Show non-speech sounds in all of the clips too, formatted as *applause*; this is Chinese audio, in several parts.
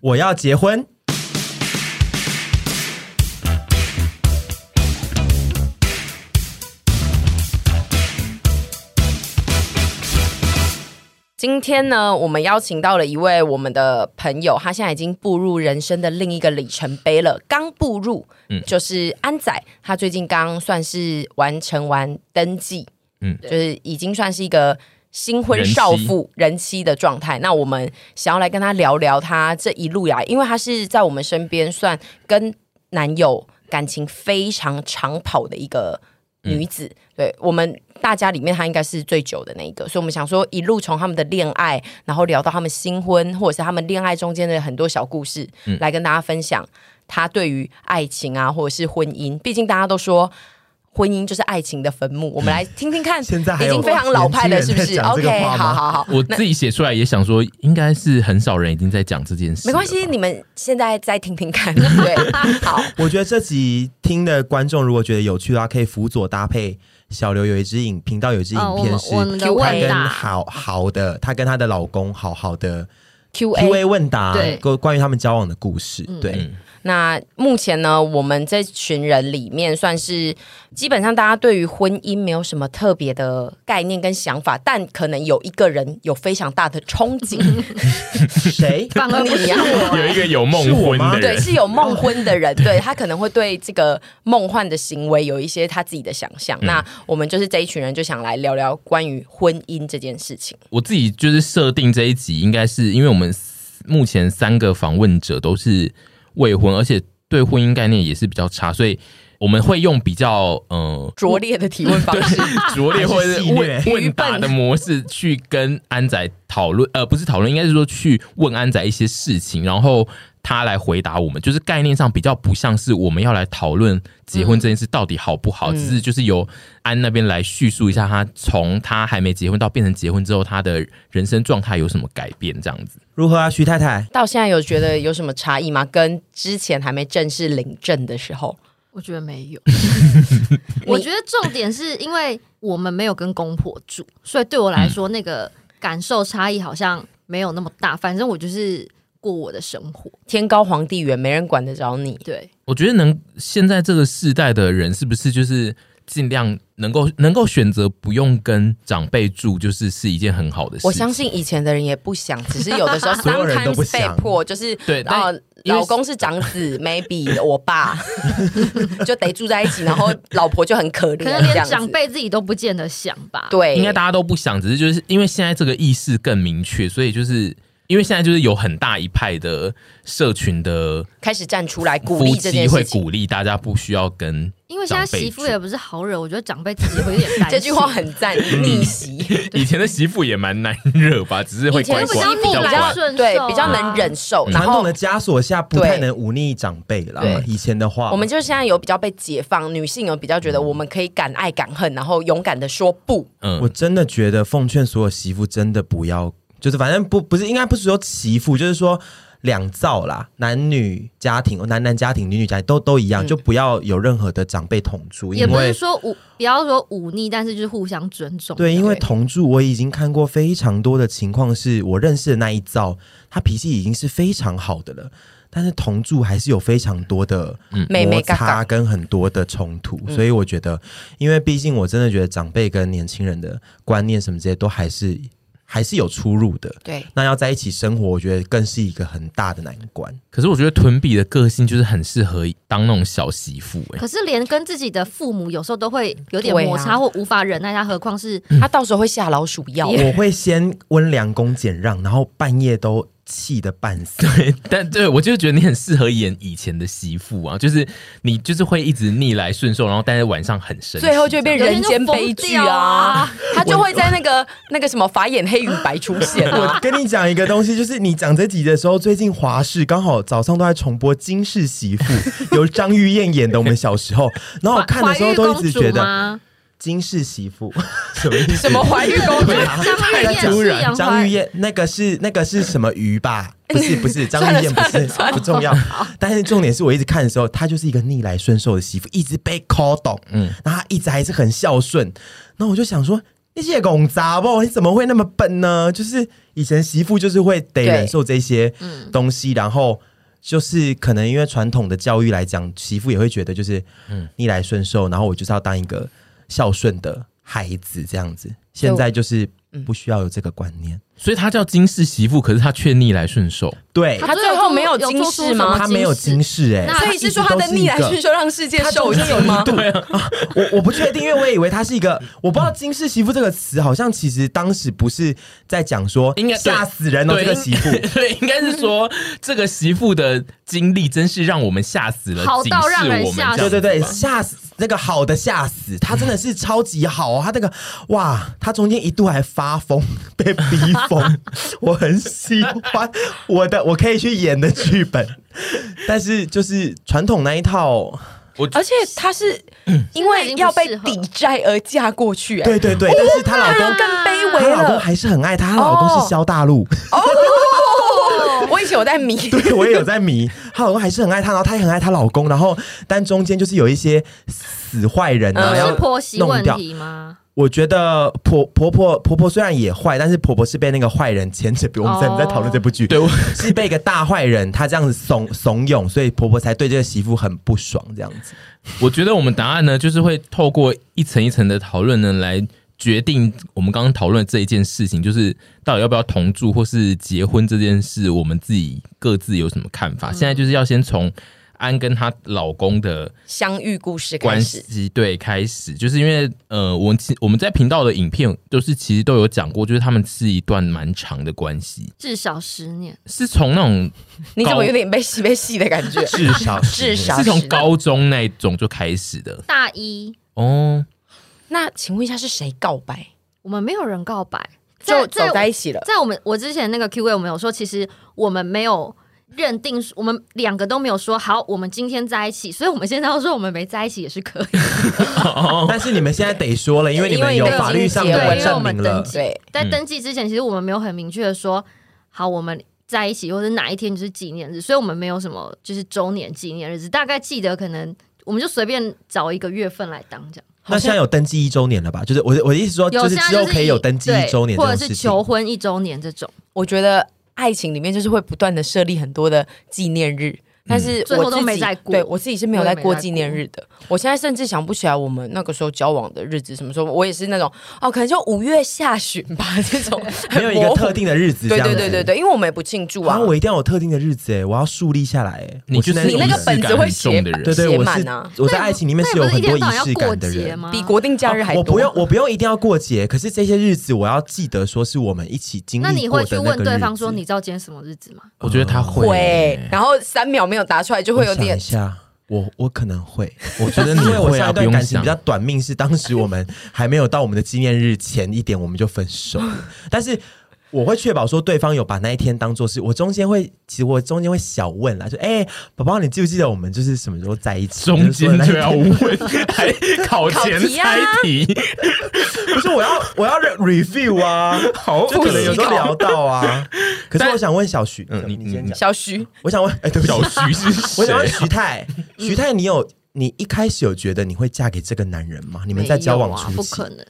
我要结婚。今天呢，我们邀请到了一位我们的朋友，他现在已经步入人生的另一个里程碑了，刚步入，嗯就是安仔，他最近刚算是完成完登记，嗯嗯，就是已经算是一个新婚少妇人妻的状态。那我们想要来跟他聊聊他这一路以来，因为他是在我们身边算跟男友感情非常长跑的一个嗯女子，对我们大家里面她应该是最久的那一个，所以我们想说一路从他们的恋爱，然后聊到他们新婚，或者是他们恋爱中间的很多小故事，嗯来跟大家分享她对于爱情啊，或者是婚姻，毕竟大家都说。婚姻就是爱情的坟墓，我们来听听看，嗯现在还已有经非常老派了，是不年轻是人在讲这个？OK，话吗好好好， *laughs* 我自己写出来也想说，应该是很少人已经在讲这件事。没 *laughs* 关系，，你们现在再听听看，对，好，我觉得这集听的观众如果觉得有趣的话，可以辅佐搭配小刘有一支影频道有一支呃哦，影我们片是我们的 Q 她味跟道， *laughs* 好好的她跟她的老公好好的 Q&A Q&A 问答对，嗯关关于他们交往的故事，对，那目前呢，我们这群人里面算是基本上大家对于婚姻没有什么特别的概念跟想法，但可能有一个人有非常大的憧憬，谁？反而不是我、有一欸。个有梦婚 *laughs* 的对，人，是有梦婚的人，对他可能会对这个梦幻的行为有一些他自己的想象。那我们就是这一群人，就想来聊聊关于婚姻这件事情。我自己就是设定这一集，应该是因为我们目前三个访问者都是未婚，而且对婚姻概念也是比较差，所以我们会用比较呃拙劣的提问方 *laughs* 式， *laughs* 拙劣或者是还是戏虐问问答的模式去跟安仔讨论，呃，不是讨论，应该是说去问安仔一些事情，然后他来回答我们，就是概念上比较不像是我们要来讨论结婚这件事到底好不好，嗯只是就是由安那边来叙述一下他从他还没结婚到变成结婚之后，他的人生状态有什么改变这样子。如何啊，徐太太？到现在有觉得有什么差异吗？跟之前还没正式领证的时候， *laughs* 我觉得没 *laughs* 有，你我觉得重点是因为我们没有跟公婆住，所以对我嗯来说那个感受差异好像没有那么大。反正我就是过我的生活，天高皇帝远，没人管得着你。对，我觉得能现在这个世代的人，是不是就是尽量能够能够选择不用跟长辈住，就是是一件很好的事情。我相信以前的人也不想，只是有的时 *laughs* 候所有人都不 sometimes 想被迫就是对但哦，因为老公是长子 *laughs* ，maybe 我爸就得住在一起，然后老婆就很可怜，可能这连样子长辈啊自己都不见得想吧。对，应该大家都不想，只是就是因为现在这个意识更明确，所以就是因为现在就是有很大一派的社群的开始站出来鼓夫励这妻件会事情。鼓励大家不需要跟 *coughs* 因为现在长辈媳妇住也不是好惹，我觉得长辈自己会有点 *laughs* 担心。这句话很赞，逆袭。以前的媳妇也蛮难惹吧，只是会以前乖媳乖妇比较比较乖。*laughs* 顺对受啊比较能忍受，然传后统的枷锁下不太对能忤逆长辈啦对。以前的啊话，我们就现在有比较被解放，女性有比较觉得我们可以敢爱敢恨，然后勇敢的说不。我嗯，真的觉得奉劝所有媳妇真的不要，就是反正不不是应该不是说媳妇，就是说两造啦，男女家庭、男男家庭、女女家庭都都一样，就不要有任何的长辈同住，嗯也因不是为。说忤，不要说忤逆，但是就是互相尊重。对，因为同住，我已经看过非常多的情况，是我认识的那一造，他脾气已经是非常好的了，但是同住还是有非常多的嗯妹妹摩嘎嗯嘎擦跟很多的冲突，所以我觉得，因为毕竟我真的觉得长辈跟年轻人的观念什么这些都还是还是有出入的。对，那要在一起生活，我觉得更是一个很大的难 *laughs* 关。可是我觉得屯比的个性就是很适合当那种小媳妇哎、可是连跟自己的父母有时候都会有点对啊摩擦或无法忍耐，他何况是她到时候会下老鼠药。我会先温良恭俭让，然后半夜都气得半死。 *laughs* 但对我就觉得你很适合演以前的媳妇啊，就是你就是会一直逆来顺受，然后但是晚上很生气，最后就会变有些人间悲剧就疯掉啊啊！他就会在那个那个什么法眼黑与白出现我啊。跟你讲一个东西，就是你讲这集的时候，最近华视刚好早上都在重播《金氏媳妇》，由张玉燕演的。我们小时候，然后我哦看的时候都一直觉得《 *laughs* 得金氏媳妇》什么意思？什么怀孕公主？张玉燕太突哎是然 *laughs* 杨张怀玉燕那个是那个是什么鱼吧？不是不是，张玉燕不是不重要。但是重点是我一直看的时候，她就是一个逆来顺受的媳妇，一直被 call 懂，嗯，然后她一直还是很孝顺。那我就想说。那些拱杂不，你怎么会那么笨呢？就是以前媳妇就是会得对忍受这些嗯东西，然后就是可能因为传统的教育来讲，媳妇也会觉得就是嗯逆来顺受，然后我就是要当一个孝顺的孩子这样子。现在就是嗯不需要有这个观念，所以她叫金氏媳妇，可是她却逆来顺受。对他最后没有做金出饰什么吗他没有金饰哎、那所以是说他的逆来顺受让世界他受中间有惊吗一？度 *laughs* 啊，我我不确定，因为我以为他是一个，我不知道“金氏媳妇”这个词，好像其实当时不是在讲说应该对吓死人哦，对这个媳妇。 *laughs* 对，应该是说这个媳妇的经历真是让我们吓死了，好警到示让人我们吓对这样对子对，吧吓死那个好的吓死，他真的是超级好哦，他那个哇，他中间一度还发疯，被逼疯，我很喜欢我的，我可以去演的剧本，但是就是传统那一套，而且她是因为要被抵债而嫁过去、哎，对对对，但是她老公更卑她微老公了。还是很爱她，她老公是萧大陆。我以前有在迷，对我也有在迷，她老公还是很爱她，然后她也很爱她老公，然后但中间就是有一些死坏人啊，嗯要是婆媳弄问掉。题吗？我觉得婆婆婆婆婆虽然也坏，但是婆婆是被那个坏人牵着，比如我们在、哦在讨论这部剧，对我是被一个大坏人她这样子怂怂恿，所以婆婆才对这个媳妇很不爽这样子。我觉得我们答案呢，就是会透过一层一层的讨论呢，来决定我们刚刚讨论的这一件事情，就是到底要不要同住或是结婚这件事，我们自己各自有什么看嗯法。现在就是要先从安跟她老公的相遇故事开关始。系对开始，就是因为呃，我们其我们在频道的影片都是其实都有讲过，就是他们是一段蛮长的关系，至少十年，是从那种你怎么有点被戏被戏的感觉？至少至少是从是高中那一种就开始的大一哦。那请问一下是谁告白？我们没有人告白，就在走在一起了。在我们我之前那个 Q&A，我们有说，其实我们没有认定，我们两个都没有说好，我们今天在一起，所以我们现在要说我们没在一起也是可以。但是你们现在得说了，因为你们有因为已经法律上结婚的了证明了，对，在登记之前，其实我们没有很明确的说好我们在一起，或者哪一天就是纪念日，所以我们没有什么就是周年纪念日，只大概记得可能我们就随便找一个月份来当这样。那现在有登记一周年了吧？就是我的我的意思说，哦就是现在之后可以有登记对一周年这或种者事是情。求婚一周年这种，我觉得爱情里面就是会不断的设立很多的纪念日。但是嗯最我后都自己没在过对我自己是没有在我也没过在纪念日的。我现在甚至想不起来我们那个时候交往的日子什么时候。我也是那种哦，可能就五月下旬吧，*laughs* 这种没有一很个模糊特定的日子，这对样子对对对对，因为我们也不庆祝然啊后。我一定要有特定的日子，哎，我要树立下来，哎，你我是就是种你那仪个式本子感会很重写的人对对，写我满是啊我在爱情里面那是也有不很一多天仪到晚要式过感的节人。吗？比国定假日还多。啊我不用，我不用一定要过节，可是这些日子我要记得说是我们一起经历那过的你会去问个对日方说子你知道今天什么日子吗？我觉得他会，欸会，然后三秒没有答出来就我会有想点一下。我我可能会，我 *laughs* 觉得你因为我会上啊，一不段用感情想比较短命，是当时我们还没有到我们的纪念日前一点我们就分手了，但是。我会确保说对方有把那一天当做是，我中间会，其实我中间会小问啦，就哎，宝、宝，你记不记得我们就是什么时候在一起？中是说间那一就天要问，还考前猜题，不是我要我要 review 啊，好就可能有时候复习考聊到啊。 *laughs* 可是但我想问小徐，嗯嗯，你你先你讲。小徐，我想问，哎、对不起，小徐 *laughs* 是我想问谁？啊嗯徐太，徐太，你有你一开始有觉得你会嫁给这个男人吗？你你们在交往啊初期，，不可能。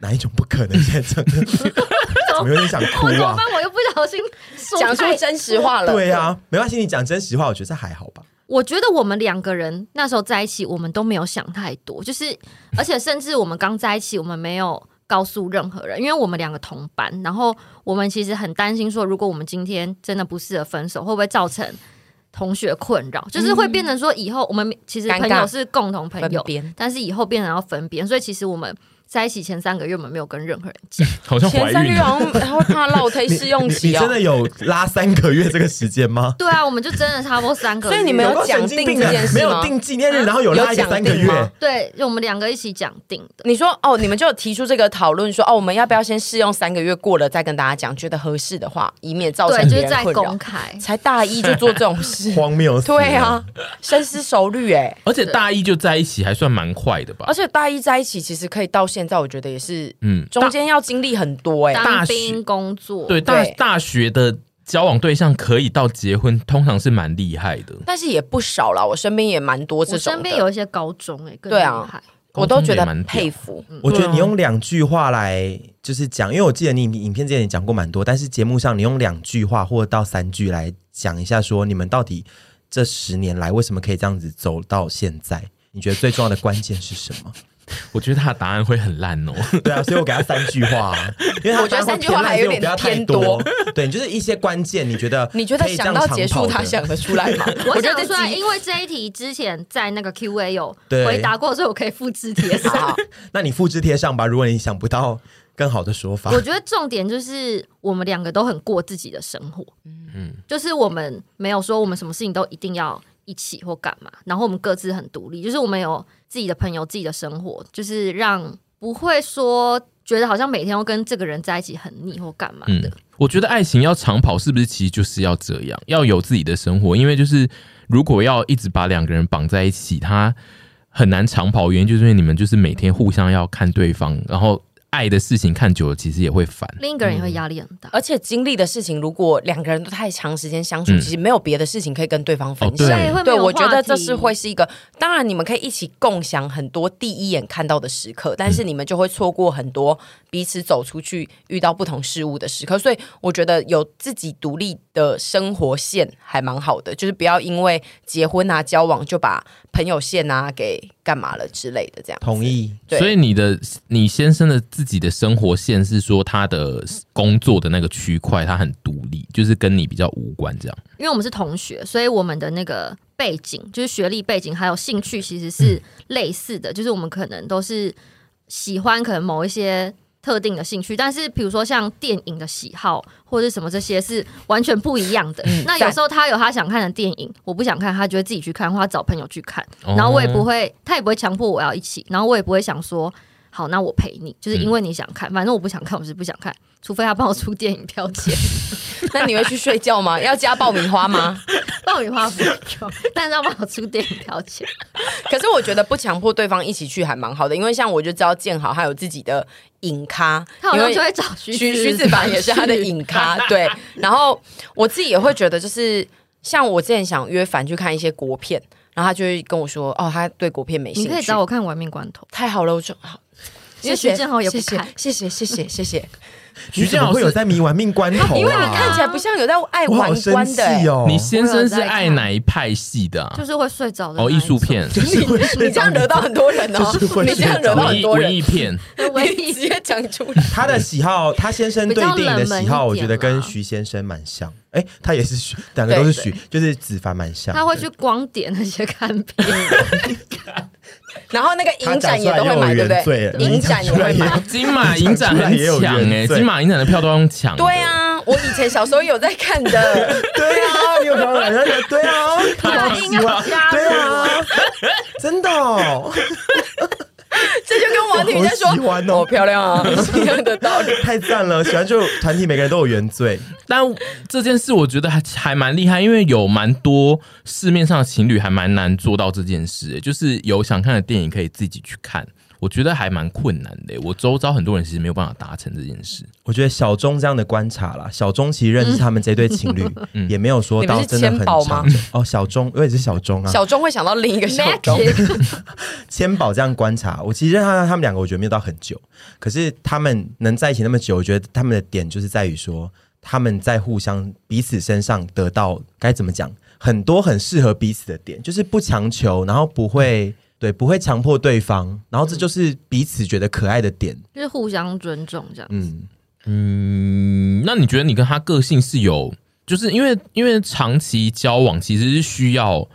哪一种不可能？现在真 *laughs* 的怎么有点想哭我怎么啊？办？我又不小心说讲出太真实话了。对啊，没关系，你讲真实话，我觉得这还好吧。我觉得我们两个人那时候在一起，我们都没有想太多，就是而且甚至我们刚在一起，我们没有告诉任何人，因为我们两个同班，然后我们其实很担心说，如果我们今天真的不适合分手，会不会造成同学困扰？就是会变成说以后我们其实尴尬朋友是共同朋分友，边。但是以后变成要分边，所以其实我们。在一起前三个月，我们没有跟任何人讲，好像前怀三个孕月了。好像还会怕落推试用 *laughs* 你期真哦。的有拉三个月这个时间吗？对啊，我们就真的差不多三个月。所以你们有够神经病的讲定这件事吗没有定纪念日，然后有拉一个三个有月，讲定吗，对，就我们两个一起讲定的。你说哦，你们就有提出这个讨论说哦，我们要不要先试用三个月过了再跟大家讲，觉得合适的话，以免造成对，就别是在人困公扰。开，才大一就做这种 *laughs* 事荒谬死了对啊，，深思熟虑哎。而且大一就在一起，还算蛮快的吧而？且大一在一起，其实可以到现在，我觉得也是嗯，中间要经历很多哎。大当学兵工作，对大对大学的交往对象可以到结婚，通常是蛮厉害的。但是也不少啦，我身边也蛮多这我种的。身边有一些高中哎、欸，更对啊厉害我都觉高中的也得蛮屌佩服。我觉得你用两句话来就是讲，因为我记得你影片之前也讲过蛮多，但是节目上你用两句话或者到三句来讲一下，说你们到底这十年来为什么可以这样子走到现在？你觉得最重要的关键是什么？ *laughs* 我觉得他的答案会很烂哦。对啊，所以我给他三句话、啊，因为他我觉得三句话还有点不要太偏多多。对，你就是一些关键，你觉得你觉得可以这想样到结长跑束，的他想得出来 *laughs* 吗？我觉想得出来，这集因为这一题之前在那个 Q&A 有对回答过，所以我可以复制贴上。 *laughs* 好，那你复制贴上吧。如果你想不到更好的说法 *laughs* 我，觉得重点就是我们两个都很过自己的生活，嗯嗯，就是我们没有说我们什么事情都一定要一起或干嘛，然后我们各自很独立，就是我们有自己的朋友、自己的生活，就是让不会说觉得好像每天要跟这个人在一起很腻或干嘛的。嗯我觉得爱情要长跑，是不是其实就是要这样，要有自己的生活？因为就是如果要一直把两个人绑在一起，他很难长跑。原因就是因为你们就是每天互相要看对方，然后爱的事情看久了，其实也会烦。另一个人也嗯会压力很大。而且经历的事情，如果两个人都太长时间相处，其实没有别的事情可以跟对方分嗯哦享。对会没对，有我觉得话题这是会是一个，当然你们可以一起共享很多第一眼看到的时刻，但嗯是你们就会错过很多彼此走出去遇到不同事物的时刻。所以我觉得有自己独立的生活线还蛮好的，就是不要因为结婚啊、交往就把朋友线啊给干嘛了之类的这样。同。意。对所以你的你先生的自己的生活线是说他的工作的那个区块，他很独立，就是跟你比较无关这样。因为我们是同学，所以我们的那个背景，就是学历背景还有兴趣其实是类似的，就是我们可能都是喜欢可能某一些特定的兴趣，但是比如说像电影的喜好或者什么这些是完全不一样的。那有时候他有他想看的电影，我不想看，他就会自己去看，或他找朋友去看，哦然后我也不会，会，他也不会强迫我要一起，然后我也不会想说。好，那我陪你，就是因为你想看，反正我不想看，我是不想看，除非他帮我出电影票钱。那你会去睡觉吗？要加爆米花吗？爆米花不用， *laughs* 但是要帮我出电影票钱。 *laughs* 可是我觉得不强迫对方一起去还蛮好的，因为像我就知道建豪他有自己的影咖，他好因像为就会找徐徐徐徐子凡也是他的影 *laughs* 咖，对。然后我自己也会觉得，就是像我之前想约凡去看一些国片，然后他就会跟我说，哦，他对国片没兴你趣。可以找我看《玩命关头太好了，我说好。因为谢谢徐正豪也不谢谢看谢谢谢谢谢谢，你怎么会有在迷玩命关头、啊？因为你看起来不像有在爱我好玩生关气的、欸哦！你先生是爱哪一派系的、》，啊就？是会睡着的。哦，艺术，片，就是会睡你这着样惹到很多人哦，就是会你这样睡着惹到文很艺多人文，艺片。唯你一直接讲出来。他的喜好，他先生对电影的喜好，我觉得跟徐先生蛮像。哎、他也是徐，两个都是徐，就是子凡蛮像的。他会去光点那些看片，然后那个他讲影展出也来都又会有买，对原不罪对了？影展也会你讲出来买。 *laughs* 金马影展讲很出来强也有哎、原罪 *laughs* 金马影展的票都要用抢的。对，啊，我以前小时候有在看的，对啊，你有没有染上对啊， *laughs* 他硬要 *laughs* 加对 *laughs* 入。啊，真的、哦，这就跟王庭在说我好喜欢哦我漂亮啊”是一样的道理。太赞了！喜欢就团体，每个人都有原罪。但这件事我觉得还还蛮厉害，因为有蛮多市面上的情侣还蛮难做到这件事、欸就是有想看的电影可以自己去看，我觉得还蛮困难的欸、我周遭很多人其实没有办法达成这件事。我觉得小钟这样的观察啦，小钟其实认识他们这对情侣，也没有说到真的你很们是千宝吗长。哦，小钟，我也是小钟啊。小钟会想到另一个小 *laughs* 钟， Magic *laughs* 千宝这样观察，我其实认识他们两个，我觉得没有到很久，可是他们能在一起那么久，我觉得他们的点就是在于说，他们在互相彼此身上得到该怎么讲，很多很适合彼此的点，就是不强求，然后不会对，不会强迫对方，然后这就是彼此觉得可爱的点。就是互相尊重这样。嗯，嗯，那你觉得你跟他个性是有，就是因为因为长期交往其实是需要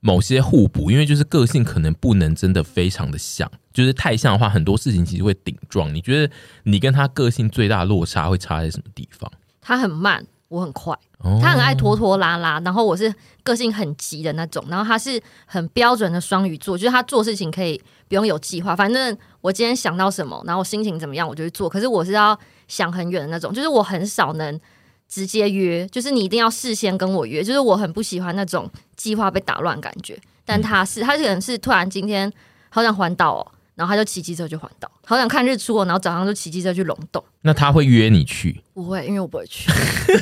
某些互补，因为就是个性可能不能真的非常的像，就是太像的话，很多事情其实会顶撞。你觉得你跟他个性最大的落差会差在什么地方？他很慢，我很快，哦他很爱拖拖拉拉，然后我是个性很急的那种，然后他是很标准的双鱼座，就是他做事情可以不用有计划，反正我今天想到什么，然后我心情怎么样我就去做，可是我是要想很远的那种，就是我很少能直接约，就是你一定要事先跟我约，就是我很不喜欢那种计划被打乱的感觉，但他是他可能是突然今天好想环岛哦。然后他就骑机车去环岛，好想看日出哦，然后早上就骑机车去龙洞。那他会约你去，不会，因为我不会去。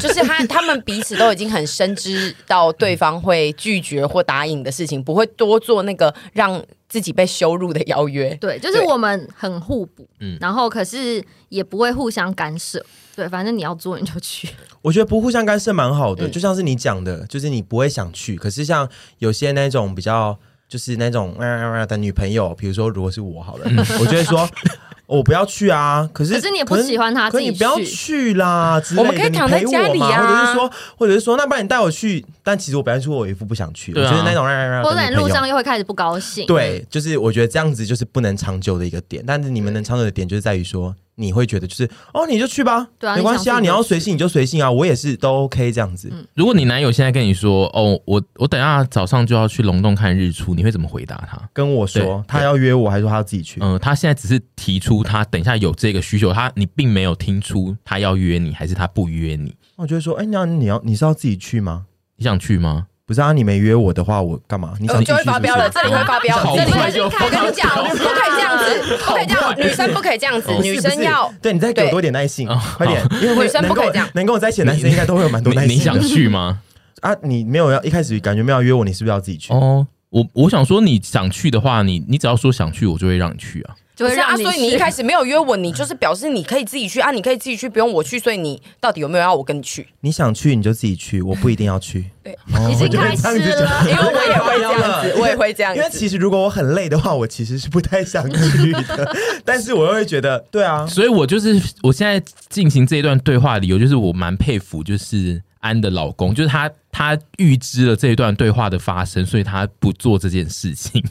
就是他他们彼此都已经很深知到对方会拒绝或答应的事情，不会多做那个让自己被羞辱的邀约。对，就是对我们很互补，嗯然后可是也不会互相干涉。对，反正你要做你就 *laughs* 去。我觉得不互相干涉蛮好的，嗯就像是你讲的，就是你不会想去，可是像有些那种比较就是那种啊啊啊的女朋友，比如说如果是我好了，我就会 *laughs* 说。我不要去啊！可是嗯可是你也不喜欢他可是可是自己你不要去去啦之类的。我们可以躺在你陪家里我嘛啊或者是说，或者是说，那不然你带我去。但其实我表现出我一副不想去，对啊我觉得那种啊啊啊或者的在女朋路友上又会开始不高兴。，对，就是我觉得这样子就是不能长久的一个点，但是你们能长久的点就是在于说，你会觉得就是哦，你就去吧，对啊没关系啊，你你想去就要去随性你就随性啊，我也是都 OK 这样子。嗯如果你男友现在跟你说：“哦，我我等一下早上就要去龙洞看日出”，你会怎么回答他？跟我对说他要约我，还是说他要自己去？嗯、他现在只是提出他等一下有这个需求，他你并没有听出他要约你，还是他不约你？我就会说，哎、那你要你是要自己去吗？你想去吗？不是啊，你没约我的话，我干嘛？你呃想我自己去就会是不发飙了，是？这里会发飙，好这里快会就我跟你讲，不可以这样子，不可以这样，女生不可以这样子，哦不是女生要不是对你再给我对多一点耐性，快点，因为女生能不可以跟这样我能跟我在一起的男生应该都会有蛮多耐哦你你心想的。去 *laughs* 吗？啊，你没有要一开始感觉没有要约我，你是不是要自己去？哦，我我想说，你想去的话，你你只要说想去，我就会让你去啊。就会是啊，让你去。所以你一开始没有约我，你就是表示你可以自己去啊，你可以自己去，不用我去。所以你到底有没有要我跟你 *laughs* 去？你想去你就自己去，我不一定要去。对哦，已我经就会开这样子始讲了，因为我也会这样子，我也会这样因为子。其实如果我很累的话，我其实是不太想去 *laughs* 的，但是我又会觉得，对啊，所以我就是我现在进行这一段对话的理由，就是我蛮佩服，就是安的老公，就是他他预知了这一段对话的发生，所以他不做这件事 *laughs* 情。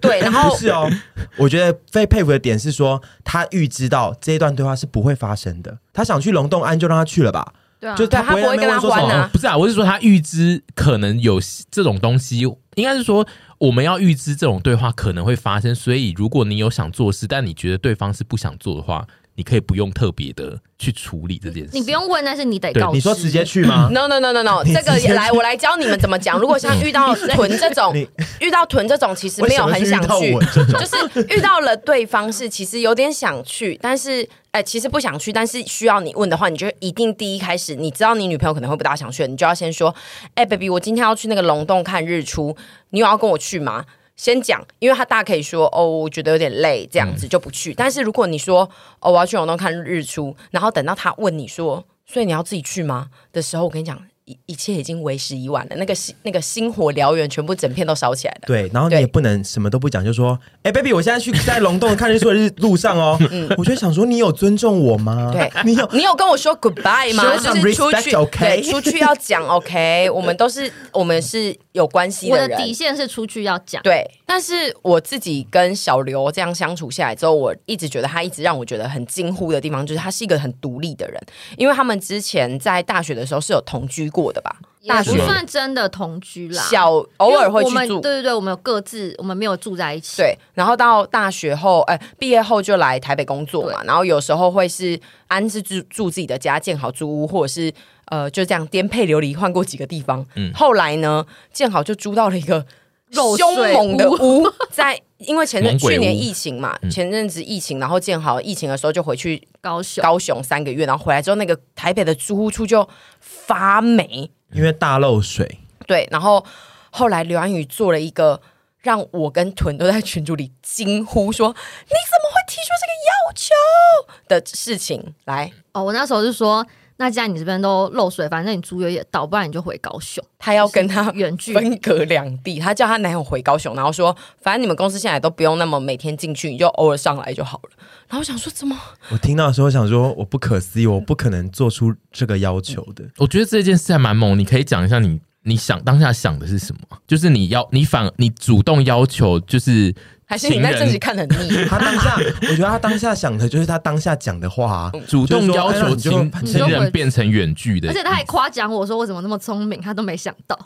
对，然不后是哦，我觉得最佩服的点是说，他预知到这一段对话是不会发生的，他想去龙洞安就让他去了吧，对啊，就嗯对不会他不会在那边问说跟他什换么啊哦不是啊，我是说他预知可能有这种东西，应该是说我们要预知这种对话可能会发生，所以如果你有想做事，但你觉得对方是不想做的话，你可以不用特别的去处理这件事。你不用问，但是你得对告知。你说直接去 *laughs* 吗？ No no no no no，你这个直接也来，我来教你们怎么讲。如果像遇 *laughs* 到囤这种你，遇到囤这种，其实为没什有么很是遇想到去 *laughs* 我，这种就是遇到了对方是其实有点想去，但是哎、其实不想去，但是需要你问的话，你就一定第一开始，你知道你女朋友可能会不大想去，你就要先说，哎、b a b y 我今天要去那个龙洞看日出，你有要跟我去吗？先讲，因为他大可以说哦，我觉得有点累，这样子嗯就不去。但是如果你说哦，我要去龙洞看日出，然后等到他问你说，所以你要自己去吗的时候，我跟你讲，一一切已经为时已晚了，那个心那个星火燎原，全部整片都烧起来了。对，然后你对也不能什么都不讲，就说，哎、b a b y 我现在去在龙洞看日出的日路上哦，我就想说，你有尊重我吗？嗯对 *laughs* 你有 *laughs* 你有跟我说 goodbye 吗？ Show 就 some 是出 respect, 去 okay？对，出去要讲 *laughs* OK，我们都是我们是有关系我的的人。底线是出去要讲。对，但是我自己跟小刘这样相处下来之后，我一直觉得他一直让我觉得很惊呼的地方，就是他是一个很独立的人，因为他们之前在大学的时候是有同居过的吧？也大不学算真的同居啦，小偶尔会去因为我们住，对对对，我们有各自，我们没有住在一起。，对，然后到大学后，哎、毕业后就来台北工作嘛，然后有时候会是安置住住自己的家，建好租屋，或者是呃就这样颠沛流离，换过几个地方。嗯后来呢，建好就租到了一个肉凶水猛的屋屋，在因为前阵猛鬼去年屋疫情嘛，嗯前阵子疫情，然后建好疫情的时候就回去高雄高雄三个月，然后回来之后，那个台北的租屋处就发霉，因为大漏水，对，然后后来刘安宇做了一个让我跟屯都在群组里惊呼说：“你怎么会提出这个要求？”的事情来，哦，我那时候就说，那既然你这边都漏水，反正你租约也到，不然你就回高雄。他要跟他远距分隔两地，他叫他男友回高雄，然后说：“反正你们公司现在都不用那么每天进去，你就偶尔上来就好了。”然后我想说，怎么我听到的时候想说，我不可思议，我不可能做出这个要求的。我觉得这件事还蛮猛，你可以讲一下你你想当下想的是什么？就是你要你反你主动要求，就是还是你在这里看得很腻？ *laughs* 他当下，我觉得他当下想的就是他当下讲的话、啊，嗯主动要求就是说情哎情你就你就人会变成远距的，而且他还夸奖我说我怎么那么聪明，他都没想 *laughs* 到。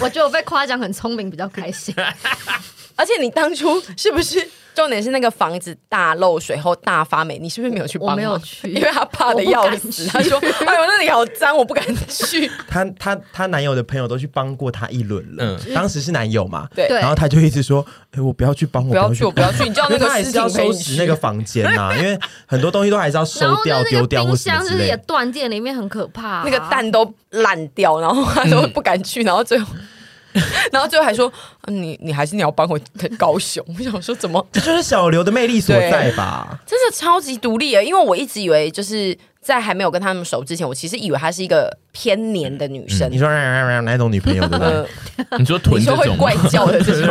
我觉得我被夸奖很聪明比较开 *laughs* 心，而且你当初是不是？重点是那个房子大漏水后大发霉，你是不是没有去帮我忙？没有去因为他怕的要死。我不他敢去说：“哎呦，那里好脏，我不敢去。她她她男友的朋友都去帮过她一轮了，当时是男友嘛，嗯对对然后她就一直说，哎、我不要去帮我，不要去，我不帮要去。你 *laughs* 叫因那为个她还事是要情陪收你拾去那个房间呐、 *laughs* 因为很多东西都还是要然收后掉、那丢个掉冰或什箱么就之是类也的。断电，里面很可怕啊、嗯那个蛋都烂掉，然后他都不敢去，然后最后 *laughs* 然后最后还说嗯你你还是你要搬回高雄。 *laughs* 我想说怎么这就是小刘的魅力所在啊吧？真的超级独立耶，因为我一直以为就是在还没有跟他们熟之前，我其实以为她是一个偏黏的女生嗯你，说啊哪哪种女朋友对不对？呃，你说你臀这说会种吗怪叫的这种。 *laughs*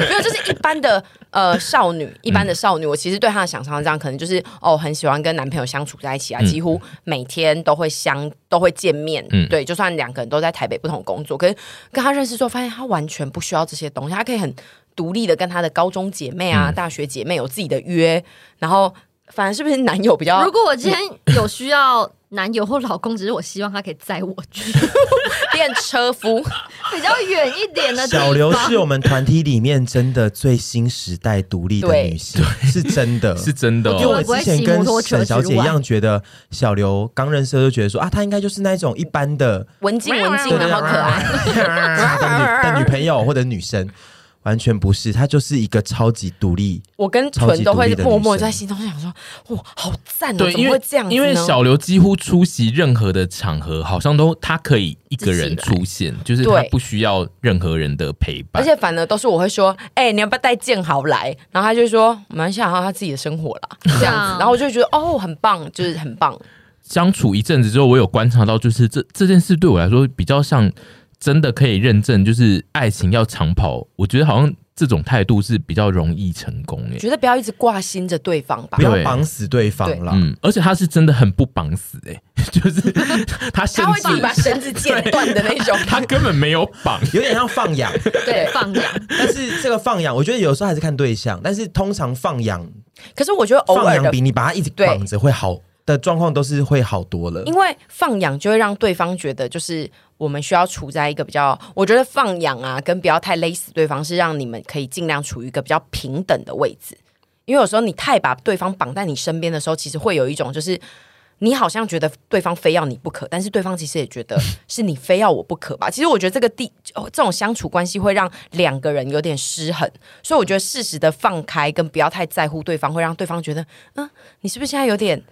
没有，就是一般的呃少女，一般的少女，我其实对她的想象是这样，可能就是哦，很喜欢跟男朋友相处在一起啊，嗯几乎每天都会相都会见面，嗯对，就算两个人都在台北不同工作，可是跟她认识之后，发现她完全不需要这些东西，她可以很独立的跟她的高中姐妹啊、嗯大学姐妹有自己的约，然后反而是不是男友比较如果我今天有需要男友或老公，只是我希望他可以载我 *laughs* 去 *laughs* 变车夫？比较远一点的地 *laughs* 方。小刘是我们团体里面真的最新时代独立的女性，是真的，是真的因为哦、我之前跟沈小姐一样，觉得小刘刚认识的时候就觉得说啊，她应该就是那种一般的，文静文静，然后可爱，爱 *laughs* 的女的女朋友或者女生，完全不是，她就是一个超级独立。我跟超级屯独都会立的女默默生在心中想说，哇，好赞哦，对，怎么因会为这样子呢？因为小刘几乎出席任何的场合，好像都他可以一个人出现，就是他对不需要任何人的陪伴。而且反而都是我会说，哎、你要不要带建豪来？然后他就说，没关系啊，他自己的生活啦，这样子。然后我就觉得，哦，很棒，就是很棒。嗯相处一阵子之后，我有观察到，就是这这件事对我来说比较像真的可以认证，就是爱情要长跑，我觉得好像这种态度是比较容易成功欸诶、觉得不要一直挂心着对方吧不。要绑死对方了，嗯，而且他是真的很不绑死诶、 *laughs* 就是他甚他会自己至把绳子剪断的那 *laughs* 种，他根本没有绑，有点像放养。对放养，但是这个放养，我觉得有时候还是看对象，但是通常放养可是我觉得偶放尔养的，比你把它一直绑着会好的状况都是会好多了因。为放养就会让对方觉得，就是我们需要处在一个比较，我觉得放养啊，跟不要太勒死对方，是让你们可以尽量处于一个比较平等的位置。因为有时候你太把对方绑在你身边的时候，其实会有一种就是你好像觉得对方非要你不可，但是对方其实也觉得是你非要我不可吧。其实我觉得这个地哦这种相处关系会让两个人有点失衡，所以我觉得适时的放开跟不要太在乎对方，会让对方觉得，嗯，你是不是现在有点？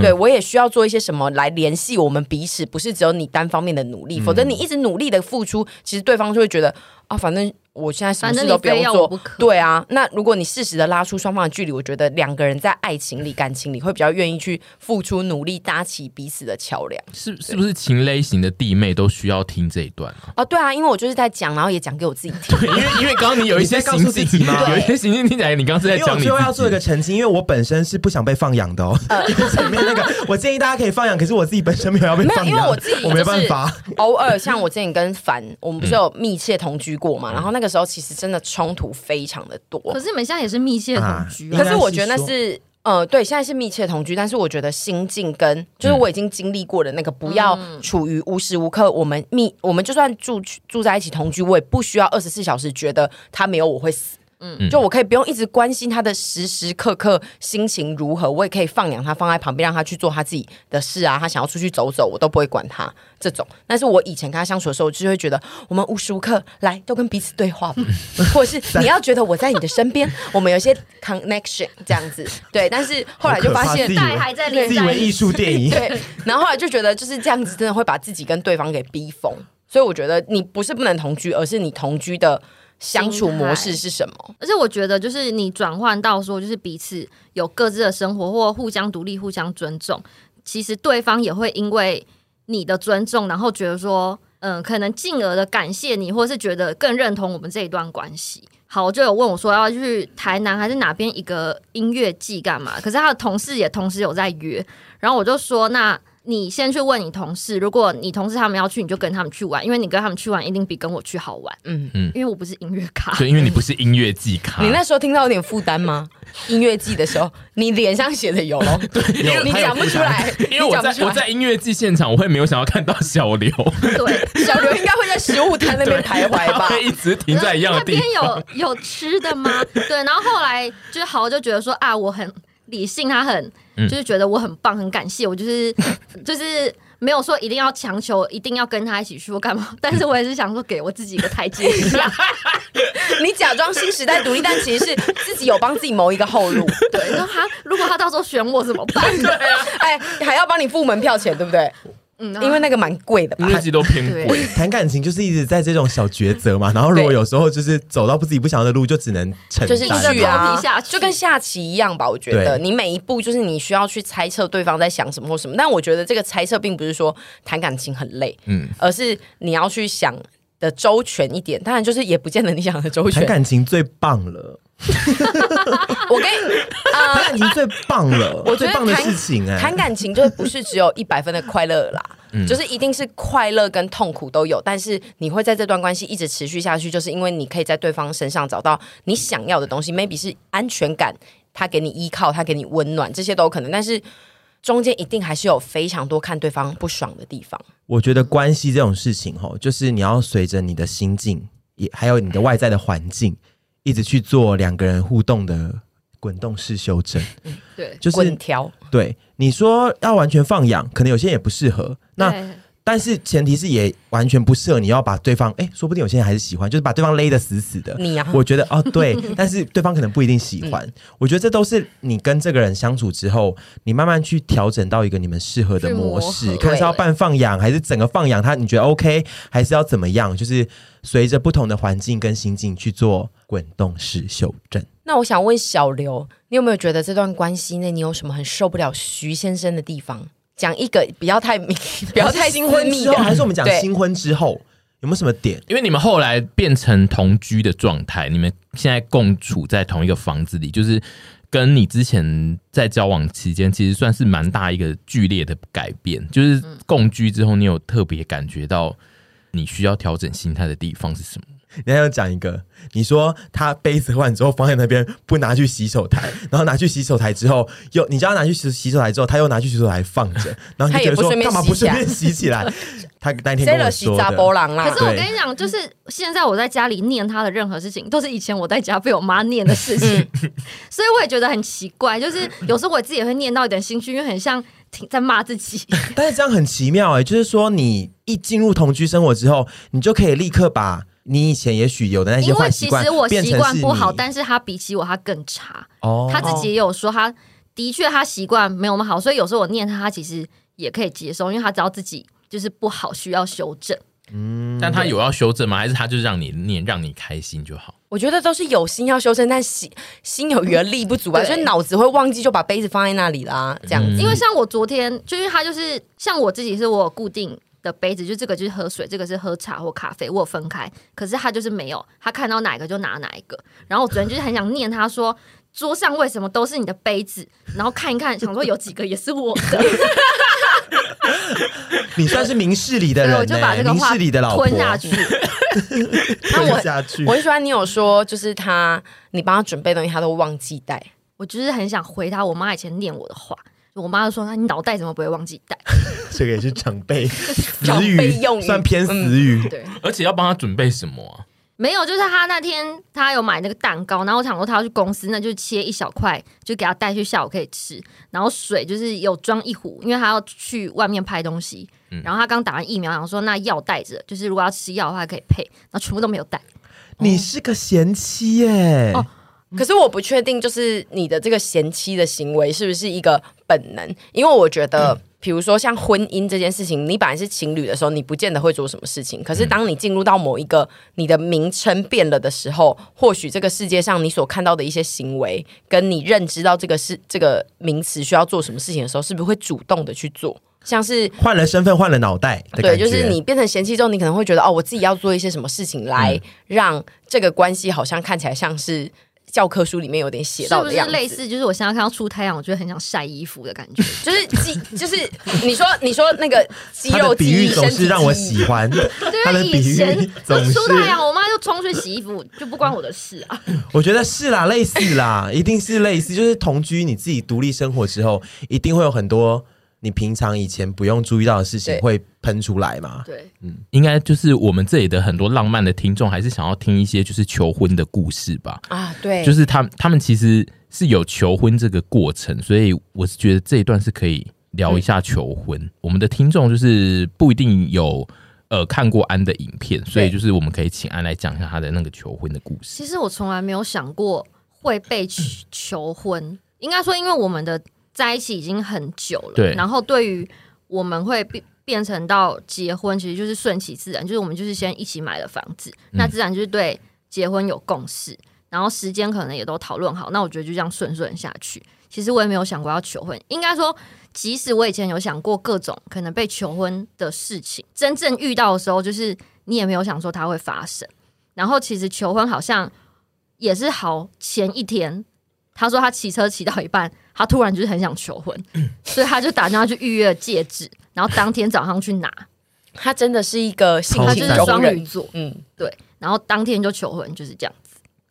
对我也需要做一些什么来联系我们彼此，不是只有你单方面的努力，否则你一直努力的付出，其实对方就会觉得啊，反正我现在什么反正事你都不非用要做我，不可对啊，那如果你适时的拉出双方的距离，我觉得两个人在爱情里、感情里会比较愿意去付出努力，搭起彼此的桥梁。是是不是情类型的弟妹都需要听这一段？哦，对啊，因为我就是在讲，然后也讲给我自己听。 *laughs* 对，因为因为刚刚你有一些你在告行诉自径己吗，有一些行径听起来你刚刚是在因为我讲你最后要自做一己 *laughs* 个。澄清，因为我本身是不想被放养的哦。呃 *laughs* 就是前面那个，我建议大家可以放养，可是我自己本身没有要被放养，没有因为我自己就是我没办法。偶尔像我之前跟凡，我们不是有密切同居过嘛？然后那个时候其实真的冲突非常的多。嗯可是你们现在也是密切同居应啊啊可该是我觉得是说那是呃，对，现在是密切同居，但是我觉得心境嗯跟就是我已经经历过的那个，不要处于无时无刻我们密，我们就算住住在一起同居，我也不需要二十四小时觉得他没有我会死。嗯，就我可以不用一直关心他的时时刻刻心情如何，我也可以放养他放在旁边，让他去做他自己的事啊。他想要出去走走，我都不会管他这种。但是我以前跟他相处的时候，我就会觉得我们无时无刻来都跟彼此对 *laughs* 话吧，或者是你要觉得我在你的身边，我们有一些 connection 这样子。对，但是后来就发现啊好可怕自己带还在连自以在为一艺起，术电 *laughs* 影，对，然后后来就觉得就是这样子，真的会把自己跟对方给逼疯。所以我觉得你不是不能同居，而是你同居的相处模式是什么？而且我觉得就是你转换到说，就是彼此有各自的生活，或互相独立、互相尊重，其实对方也会因为你的尊重，然后觉得说，嗯、可能进而的感谢你，或是觉得更认同我们这一段关系。好，我就有问我说要去台南还是哪边一个音乐季干嘛？可是他的同事也同时有在约，然后我就说那。你先去问你同事，如果你同事他们要去，你就跟他们去玩，因为你跟他们去玩一定比跟我去好玩。嗯嗯嗯嗯，因为我不是音乐 *laughs* 咖，对，因为你不是音乐季咖，你那时候听到有点负担 *laughs* 吗？音乐季的时候，你脸上写的有咯，有你讲不出来，因为你我讲不在出我来。在音乐季现场，我会没有想要看到小刘，对，小刘应该会在食物摊那边徘徊吧 *laughs* 他？会一直停在一样的地方。那边有有吃 *laughs* 的吗？对，然后后来就是豪就觉得说啊，我很理性，他很嗯就是觉得我很棒，很感谢我，就是 *laughs* 就是没有说一定要强求，一定要跟他一起去或干嘛， *laughs* 但是我也是想说给我自己一个台阶下。 *laughs* 你假装新时代独立，但其实是自己有帮自己谋一个后 *laughs* 路。对，然后他如果他到时候选我怎么办？啊哎，还要帮你付门票钱，对不对？嗯，因为那个蛮贵的吧因为？自己都偏对贵，谈感情就是一直在这种小抉择嘛，然后如果对有时候就是走到不自己不想要的路，就只能承担。就是硬去着头啊皮下，去就跟下棋一样吧。我觉得对你每一步就是你需要去猜测对方在想什么或什么，但我觉得这个猜测并不是说谈感情很累，嗯，而是你要去想的周全一点。当然，就是也不见得你想的周谈全。感情最棒 *laughs* 了，我跟你呃谈感情最棒了，我觉最得棒的谈事情哎、谈感情，就是不是只有 *laughs* 一百分的快乐啦，嗯就是一定是快乐跟痛苦都有，但是你会在这段关系一直持续下去，就是因为你可以在对方身上找到你想要的东西，maybe 是安全感，他给你依靠，他给你温暖，这些都有可能，但是。中间一定还是有非常多看对方不爽的地方，我觉得关系这种事情吼，就是你要随着你的心境，也还有你的外在的环境，一直去做两个人互动的滚动式修正。对，就滚是挑对你说要完全放养，可能有些人也不适合。那对但是前提是也完全不适合，你要把对方哎，说不定有些人还是喜欢，就是把对方勒得死死的。你啊，我觉得哦， *laughs* 对，但是对方可能不一定喜欢。我觉得这都是你跟这个人相处之后，你慢慢去调整到一个你们适合的去模磨式，合看是要对半放养还是整个放养他，你觉得 OK，还是要怎么样？就是随着不同的环境跟心境去做滚动式修正。那我想问小刘，你有没有觉得这段关系内你有什么很受不了徐先生的地方？讲一个不要太明， *laughs* 不要太新私婚密之的后，，还是我们讲对新婚之后有没有什么点？因为你们后来变成同居的状态，你们现在共处在同一个房子里，就是跟你之前在交往期间，其实算是蛮大一个剧烈的改变。就是共居之后，你有特别感觉到你需要调整心态的地方是什么？你还要讲一个，你说他杯子喝完之后放在那边不拿去洗手台，然后拿去洗手台之后又你叫他拿去洗洗手台之后，他又拿去洗手台放着，然后你就觉得他也不说顺便干嘛不顺便洗起 *laughs* 来？他那天谁跟了我洗杂波说的，浪啦可是我啊对跟你讲，就是现在我在家里念他的任何事情，都是以前我在家被我妈念的事情，嗯 *laughs* 所以我也觉得很奇怪。就是有时候我自己也会念到一点心虚，因为很像挺在骂自己。但是这样很奇妙哎、就是说你一进入同居生活之后，你就可以立刻把你以前也许有的那些因为坏习其惯实我变习成惯是不好，你但是他比起我他更差。哦他自己也有说他的确他习惯没有那么好，所以有时候我念他，他其实也可以接受，因为他知道自己就是不好，需要修正。嗯但他有要修正吗？还是他就是让你念，让你开心就好？我觉得都是有心要修正，但心心有余而力不足啊，对嗯所以脑子会忘记就把杯子放在那里啦，这样子。嗯因为像我昨天，就因为他就是像我自己是我有固定的杯子，就这个就是喝水，这个是喝茶或咖啡，我有分开。可是他就是没有，他看到哪一个就拿哪一个。然后我昨天就是很想念他说。桌上为什么都是你的杯子？然后看一看，想说有几个也是我 *laughs* 的，啊你算是明事 *laughs* 理的对，人、我就把欸，这个明话事理的老婆吞下去，。吞那我下去我很喜欢你有说，就是他你帮他准备的东西，他都忘记带。我就是很想回他我妈以前念我的话，我妈就说：“那你脑袋怎么不会忘记带这个也是长 *laughs* 辈长死辈语用，语算偏死语。？”嗯对，而且要帮他准备什么啊？没有，就是他那天他有买那个蛋糕，然后我想说他要去公司，那就切一小块，就给他带去下午可以吃。然后水就是有装一壶，因为他要去外面拍东西。然后他刚打完疫苗，然后说那药带着，就是如果要吃药的话可以配，然后全部都没有带。 *laughs* 你是个贤妻耶、哦可是我不确定，就是你的这个嫌弃的行为是不是一个本能？因为我觉得，比如说像婚姻这件事情，你本来是情侣的时候，你不见得会做什么事情。可是当你进入到某一个你的名称变了的时候，或许这个世界上你所看到的一些行为，跟你认知到这个是这个名词需要做什么事情的时候，是不是会主动的去做？像是换了身份，换了脑袋的对，感觉。嗯就是你变成嫌弃之后，你可能会觉得哦，我自己要做一些什么事情来让这个关系好像看起来像是教科书里面有点写是到不的是样子，类似就是我现在看到出太阳，我就很想晒衣服的感觉？ *laughs* 就是肌，就是你说你说 *laughs* 那个肌他肉的记比忆，喻身总体是让我记忆喜 *laughs* 欢，他对，的为以比前喻我总是出，太哦阳，我妈就冲去洗衣服，就不关我的事啊。我觉得是啦，类似啦，一定是类似。就是同居，你自己独立生活之后，一定会有很多你平常以前不用注意到的事情对会喷出来嘛。对，应该就是我们这里的很多浪漫的听众，还是想要听一些就是求婚的故事吧。啊，对，就是他们他们其实是有求婚这个过程，所以我是觉得这一段是可以聊一下求婚。我们的听众就是不一定有呃看过安的影片，所以就是我们可以请安来讲一下他的那个求婚的故事。其实我从来没有想过会被求求婚，应该说，因为我们的在一起已经很久了，对然后对于我们会变变成到结婚，其实就是顺其自然，就是我们就是先一起买了房子，那自然就是对结婚有共识，然后时间可能也都讨论好，那我觉得就这样顺顺下去。其实我也没有想过要求婚，应该说，即使我以前有想过各种可能被求婚的事情，真正遇到的时候，就是你也没有想说它会发生。然后其实求婚好像也是好前一天，他说他骑车骑到一半，他突然就是很想求婚，嗯所以他就打电话去预约戒指，然后当天早上去拿，他真的是一个性他好就情是赞中双鱼人，座，嗯，然后当天就求婚，就是这样。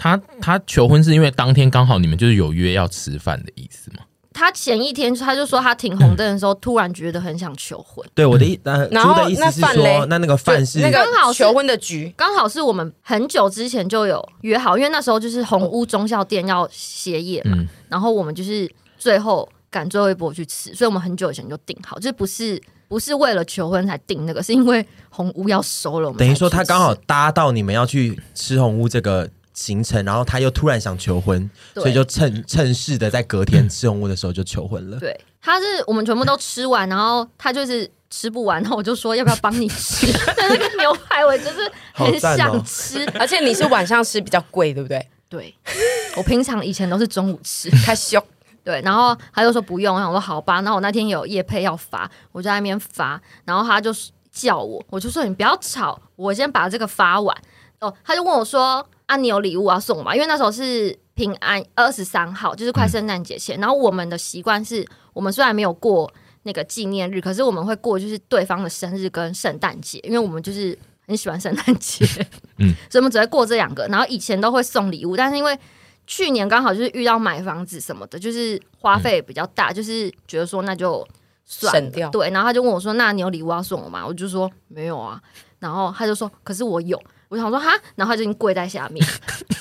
他他求婚是因为当天刚好你们就是有约要吃饭的意思吗？他前一天他就说他停红灯的时候，突然觉得很想求婚，对我的意，呃，嗯然后猪的意思是那饭嘞说，那那个饭是就那刚好个是求婚的局，刚好是我们很久之前就有约好，因为那时候就是红屋中校店要歇业嘛，嗯然后我们就是最后赶最后一波去吃，所以我们很久以前就订好，就是不是不是为了求婚才订那个，是因为红屋要收了，我们等于才说去他吃刚好搭到你们要去吃红屋这个行程，然后他又突然想求婚，对所以就趁趁势的在隔天吃红屋的时候就求 *laughs* 婚了。对，他是我们全部都吃完，然后他就是吃不完，然后我就说要不要帮你吃？但那个牛排我就是很想吃，而且你是晚上吃比较贵，对不对？对我平常以前都是中午吃，太凶，对，然后他就说不用，然后我说好吧，然后我那天也有夜配要发，我就在那边发，然后他就叫我，我就说你不要吵，我先把这个发完。哦，他就问我说啊，你有礼物要送我吗？因为那时候是平安呃二十三号，就是快圣诞节前，然后我们的习惯是我们虽然没有过那个纪念日，可是我们会过就是对方的生日跟圣诞节，因为我们就是很喜欢圣诞节，嗯 *laughs* 所以我们只会过这两个，然后以前都会送礼物，但是因为去年刚好就是遇到买房子什么的，就是花费比较大，就是觉得说那就算了省掉对，然后他就问我说：“那你有礼物要送我吗？”我就说：“没有啊。”然后他就说：“可是我有。”我想说哈，然后他就已经跪在下 *laughs* 面，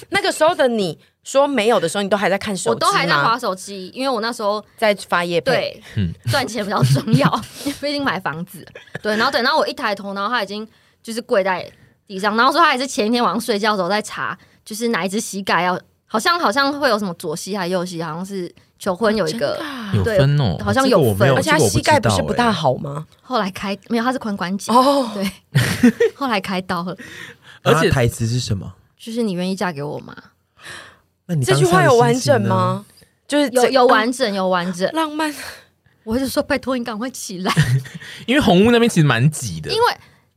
那个时候的你说没有的时候，你都还在看手我机吗？都还在划手机，因为我那时候在发夜配，对嗯赚钱比较重要， *laughs* 毕竟买房子。对，然后等到我一抬头，然后他已经就是跪在地上，然后说他也是前一天晚上睡觉的时候在查，就是哪一只膝盖要，好像好像会有什么左膝还右膝，好像是求婚哦有一个，啊有对分哦，好像这个有我没分有，而且他这个我不膝知道盖不是不大欸 *laughs* 好吗？后来开没有，他是髋关节，哦，对，后来开刀了。而而且且台词是什么？就是你愿意嫁给我吗？那你这当句下话的有完心情整呢？吗？就是有这嗯有完整，有完整。 *laughs* 浪漫， *laughs* 我就说拜托你赶快起来，因为红屋那边其实蛮挤的因，为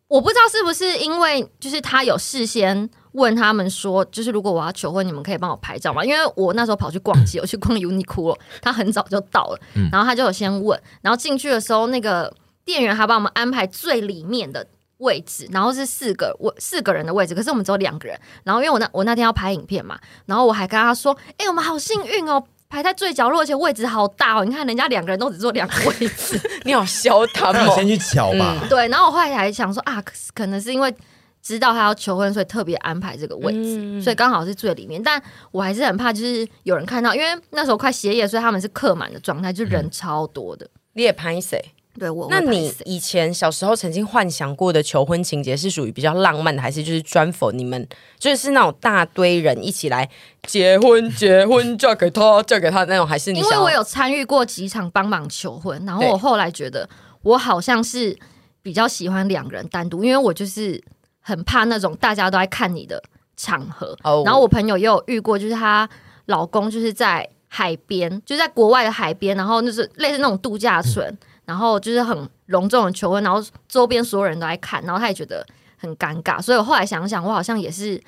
我不知道是不是因为就是他有事先问他们说，就是如果我要求婚，你们可以帮我拍照吗？因为我那时候跑去逛街，我去逛 Uniqlo，他很早就到了，然后他就有先问，然后进去的时候，那个店员还把我们安排最里面的。位置，然后是四个我四个人的位置，可是我们只有两个人。然后因为我那我那天要拍影片嘛，然后我还跟他说：“哎、我们好幸运哦，排在最角落，而且位置好大哦。你看人家两个人都只坐两个位置，你好消 *laughs* 他他有先哦。去瞧吧， *laughs* 对，然后我后来还想说啊，可是可能是因为知道他要求婚，所以特别安排这个位置，嗯所以刚好是最里面。但我还是很怕，就是有人看到，因为那时候快歇业，所以他们是客满的状态，就人超多的。你也拍谁？对我，嗯那我会你拍死以前小时候曾经幻想过的求婚情节是属于比较浪漫的，还是就是专否你们就是那种大堆人一起来结婚、结婚、嫁给他、嫁给他那种，还是你因想为要我有参与过几场帮忙求婚，然后对我后来觉得我好像是比较喜欢两个人单独，因为我就是很怕那种大家都在看你的场合。哦然后我朋友也有遇过，就是她老公就是在海边，就在国外的海边，然后就是类似那种度假村，然后就是很隆重的求婚，然后周边所有人都在看，然后她也觉得很尴尬，所以我后来想想，我好像也是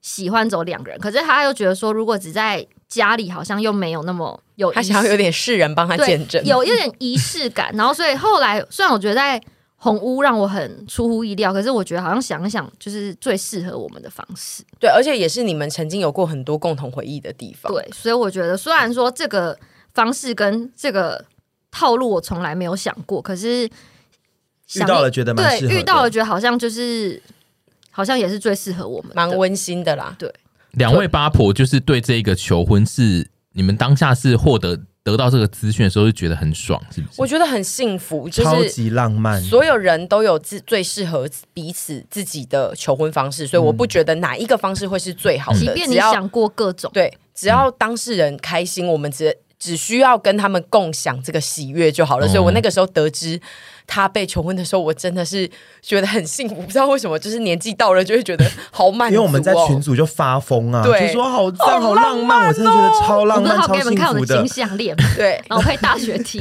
喜欢走两个人，可是她又觉得说，如果只在家里，好像又没有那么有他仪想要式有点世人帮他对见证，有一点仪式感。然后所以后来，虽然我觉得在红屋让我很出乎意料，可是我觉得好像想一想，就是最适合我们的方式。对，而且也是你们曾经有过很多共同回忆的地方。对，所以我觉得虽然说这个方式跟这个套路我从来没有想过，可是遇想到了觉得蛮对适合的。遇到了，觉得好像就是好像也是最适合我们的，蛮温馨的啦，两位八婆就是对这个求婚是你们当下是获得得到这个资讯的时候就觉得很爽，是不是？我觉得很幸福，就超是级浪漫，所有人都有自最适合彼此自己的求婚方式，嗯所以我不觉得哪一个方式会是最好的，即便只你要想过各种。对，只要当事人开心，我们只只需要跟他们共享这个喜悦就好哦了。所以我那个时候得知他被求婚的时候，我真的是觉得很幸福，不知道为什么，就是年纪到了就会觉得好满因足、为哦。我们在群组就发疯啊，对就说好赞、好好浪浪漫，我真的觉得超我浪不是漫、好超给你们幸看我福的金 *laughs* 的，项链吗，对，然后配大学 *laughs* T，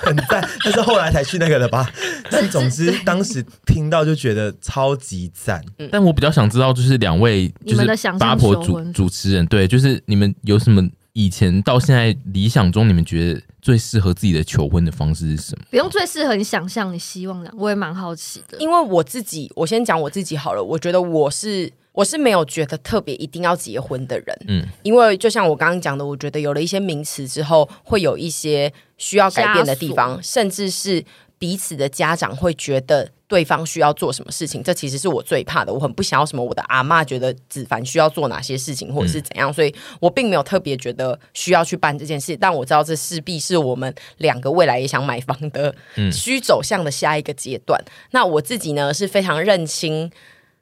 很赞。但是后来才去那个的吧？但总之当时听到就觉得超级赞。但我比较想知道，就是两位你就们是的想象八婆求主婚主持人，对，就是你们有什么以前到现在理想中，你们觉得最适合自己的求婚的方式是什么？不用最适合你想象你希望的，我也蛮好奇的。因为我自己，我先讲我自己好了。我觉得我是我是没有觉得特别一定要结婚的人，嗯嗯，因为就像我刚刚讲的，我觉得有了一些名词之后，会有一些需要改变的地方，甚至是彼此的家长会觉得。对方需要做什么事情，这其实是我最怕的。我很不想要什么，我的阿嬷觉得子凡需要做哪些事情，或者是怎样，所以我并没有特别觉得需要去办这件事。但我知道这势必是我们两个未来也想买房的需走向的下一个阶段。那我自己呢是非常认清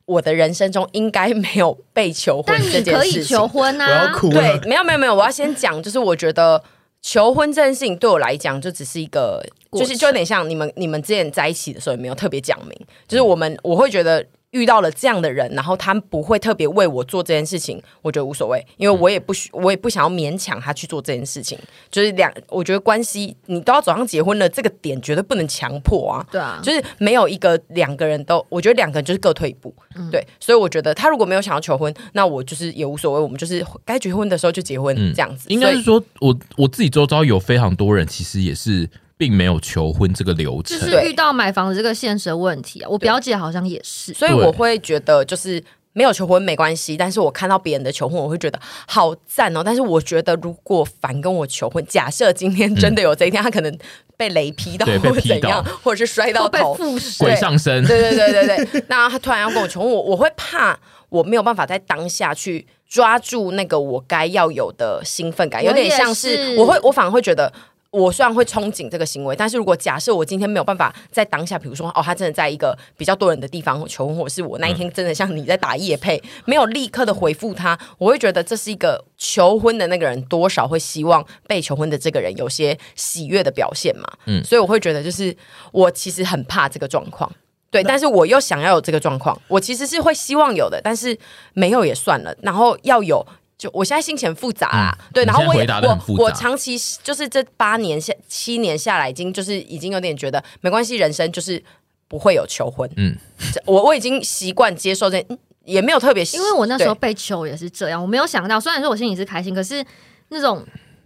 我的人生中应该没有被求婚但这你件可以事求情。婚我要啊，哭对了，，没有没有没有，我要先讲，就是我觉得求婚这件事情对我来讲就只是一个，过就程是就有点像你们你们之前在一起的时候也没有特别讲明，就是我们我会觉得。遇到了这样的人，然后他不会特别为我做这件事情，我觉得无所谓，因为我也不需，我也不想要勉强他去做这件事情。就是两，我觉得关系你都要走上结婚了，这个点绝对不能强迫啊。对啊，就是没有一个两个人都，我觉得两个人就是各退一步，嗯对，所以我觉得他如果没有想要求婚，那我就是也无所谓，我们就是该结婚的时候就结婚、嗯这样子，应该所是以说我我自己周遭有非常多人，其实也是并没有求婚这个流就程。是对遇到买房的这个现实的问题啊。我表姐好像也是，所以我会觉得就是。没有求婚没关系，但是我看到别人的求婚，我会觉得好赞哦。但是我觉得，如果凡跟我求婚，假设今天真的有这一天，他可能被雷劈到对或被者劈怎到样，或者是摔到都被头，附身。鬼上身，对对对对对，那他突然要跟我求婚，我我会怕我没有办法在当下去抓住那个我该要有的兴奋感，有点像我也是是我会我反而会觉得。我虽然会憧憬这个行为，但是如果假设我今天没有办法在当下，比如说哦，他真的在一个比较多人的地方求婚，或者是我那一天真的像你在打夜配，没有立刻的回复他，我会觉得这是一个求婚的那个人多少会希望被求婚的这个人有些喜悦的表现嘛。嗯，所以我会觉得就是我其实很怕这个状况。对，但是我又想要有这个状况，我其实是会希望有的，但是没有也算了，然后要有。就我现在心情复杂啦，嗯对，你然后现我在也回答得很我复杂我长期就是这八年下七年下来，已经就是已经有点觉得没关系，人生就是不会有求婚，嗯嗯，我我已经习惯接受这，嗯也没有特别喜，因为我那时候对被求也是这样，我没有想到，虽然说我心里是开心，可是那种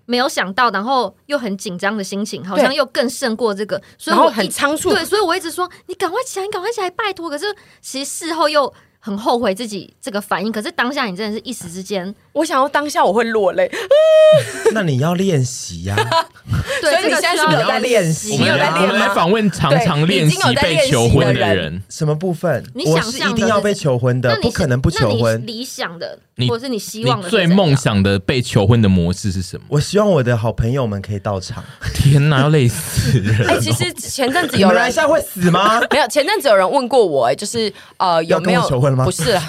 没有想到，然后又很紧张的心情，好像对又更胜过这个，所然以后我很一仓促，对，所以我一直说你赶快起来，你赶快起来，拜托。可是其实事后又很后悔自己这个反应，可是当下你真的是一时之间，我想要当下我会落 *laughs* 泪， *laughs* 那你要练习呀、所对，以这你个现在需是不要是有在练习我你们有在来我练们来吗？访问常常对练已经有习在被练习求婚的的人人，什么部分？你我想是象一定的要是被求婚那的，你不可能不求那你婚。理想的你或者是你希望你的最梦，想的被求婚的模式是什么？我希望我的好朋友们可以到场。 *laughs* 天哪，要累死人！哎，其实前阵子你有们来人一下会死 *laughs* 吗？没有，前阵子有人问过我、哎，就是呃，有要跟没有我求婚吗不 *laughs* 是啦，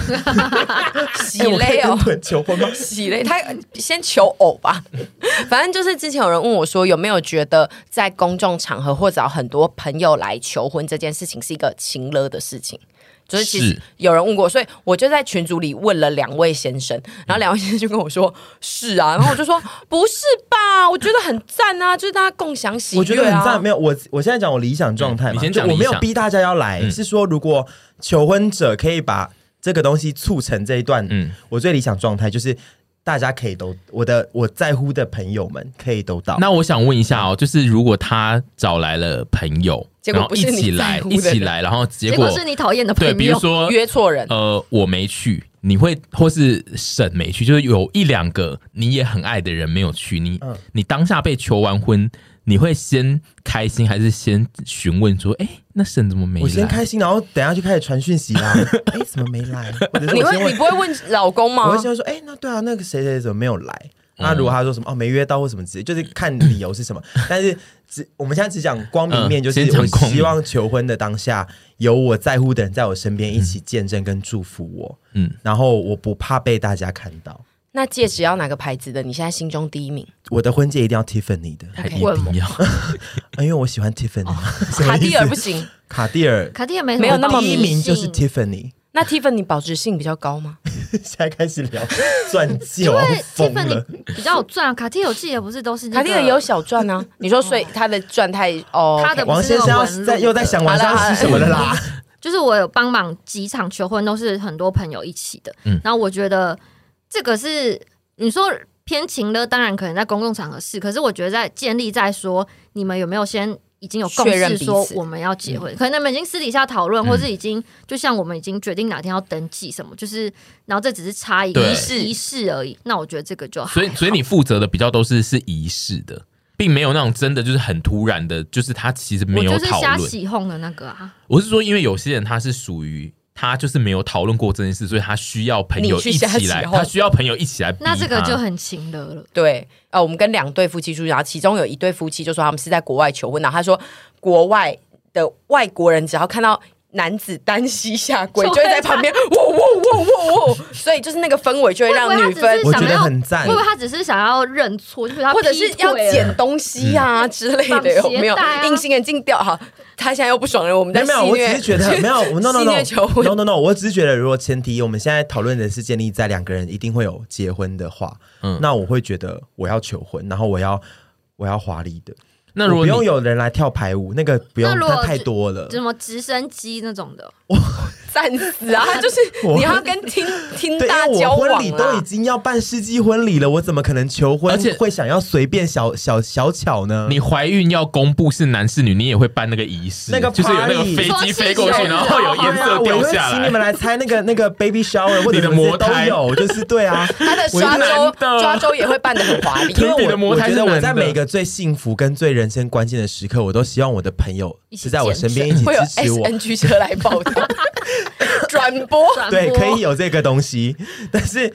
喜哎我可嘞以跟哦，滚求婚吗？喜嘞，他先求偶吧。 *laughs* 反正就是之前有人问我说，有没有觉得在公众场合或找很多朋友来求婚这件事情是一个情勒的事情？就是其实是有人问过，所以我就在群组里问了两位先生，然后两位先生就跟我说是啊，然后我就说不是吧，我觉得很赞啊，就是大家共享喜悦、啊，我觉得很赞，没有我我现在讲我理想状态嘛，嗯你先就讲我没理有想嗯逼大家要来，是说如果求婚者可以把这个东西促成这一段，嗯我最理想状态就是大家可以都我的我在乎的朋友们可以都到，那我想问一下哦，就是如果他找来了朋友，结果然后不一是起你在来乎的一起人来，然后结结果果是你讨厌的朋对，友，比如说约错人，呃，我没去，你会或是沈没去，就是有一两个你也很爱的人没有去，你、嗯你当下被求完婚，你会先开心还是先询问说，哎、那沈怎么没我先来？开心，然后等一下就开始传讯息 *laughs* 啦，哎，怎么没来？或者是你我会先你问，不会问老公吗？我会先说，哎，那对啊，那个谁谁怎么没有来？那如果他说什么哦没约到或什么之类，就是看理由是什么。但是只我们现在只讲光明面，嗯就是先讲我光明希望求婚的当下有我在乎的人在我身边一起见证跟祝福我。嗯然后我不怕被大家看到，那戒指要哪个牌子的？你现在心中第一名？我的婚戒一定要 Tiffany *laughs* 的，还一 OK 定要啊因为我喜欢 Tiffany 嘛。 *laughs* 什么哦卡意思地尔不行，卡地尔，卡地也没没有那么第一名就是天， Tiffany。那 Tiffany 保值性比较高吗？现在开始聊钻 *laughs* 戒，因我为要疯了。哎 Tiffany 比较有钻啊，卡地尔我记得不是都是那卡个地尔也有小钻啊。你说，所以他的钻太哦，他的王先生要不是那种纹路在的又在想晚上好了要吃什么了啦？就是我有帮忙几场求婚，都是很多朋友一起的。嗯然后我觉得这个是你说偏情了，当然可能在公共场合是，可是我觉得在建立在说你们有没有先已经有共确认识彼此说我们要结婚，可能你们已经私底下讨论，嗯或是已经就像我们已经决定哪天要登记什么，就是然后这只是差一个对仪式仪式而已。那我觉得这个就 *laughs* 还所以，好所以你负责的比较都是是仪式的，并没有那种真的就是很突然的，就是他其实没我有就是讨瞎论。起哄的那个啊，我是说，因为有些人他是属于他就是没有讨论过这件事，所以他需要朋友你去一瞎起起来，哄他需要朋友一起来逼他。那这个就很情了了。对，呃，我们跟两对夫妻出去，然后其中有一对夫妻就说他们是在国外求婚，然后他说国外的外国人只要看到。男子单膝下跪，就就会会在旁 *laughs* 边，哇哇哇哇哇！所以就是那个氛围就会让我以为他女只分是我想觉得要很赞会不会他只是想要认错，就是他或者是劈腿要了捡东西啊之类的，绑有鞋带啊没有？隐形眼镜掉好，他现在又不爽了，我 *laughs* 们没在有没有，戏我虐只是觉得没有我，no no 戏 no 虐求 no 婚， no no，我只是觉得如果前提我们现在讨论的是建立在两个人一定会有结婚的话，嗯那我会觉得我要求婚，然后我要我要华丽的，那如我不果你用有人来跳排舞，那个不用，那如果它太多了。什么直升机那种的， *laughs* 战死啊！就是我你要跟听听对，因大为交我婚往啊礼都已啦。经要办世纪婚礼了，我怎么可能求婚？而且会想要随便小小小巧呢？你怀孕要公布是男是女，你也会办那个仪式，那个就是有那个 party 飞机飞过说去，是然后有颜对啊我色也掉会下请你来们。来猜那个那个 baby shower 或者你的什么模之类胎都有，就是对啊。他的抓周我觉得抓周也会办的很 *laughs* 华丽，因因为为你的我 *laughs* 模我胎觉是得我在男的每个最幸福跟最人生关键的时刻，我都希望我的朋友一起是在我身边一见起会有支持我。 SNG 车来报道转 *laughs* 播。 *laughs* 转播对，可以。有这个东西，但是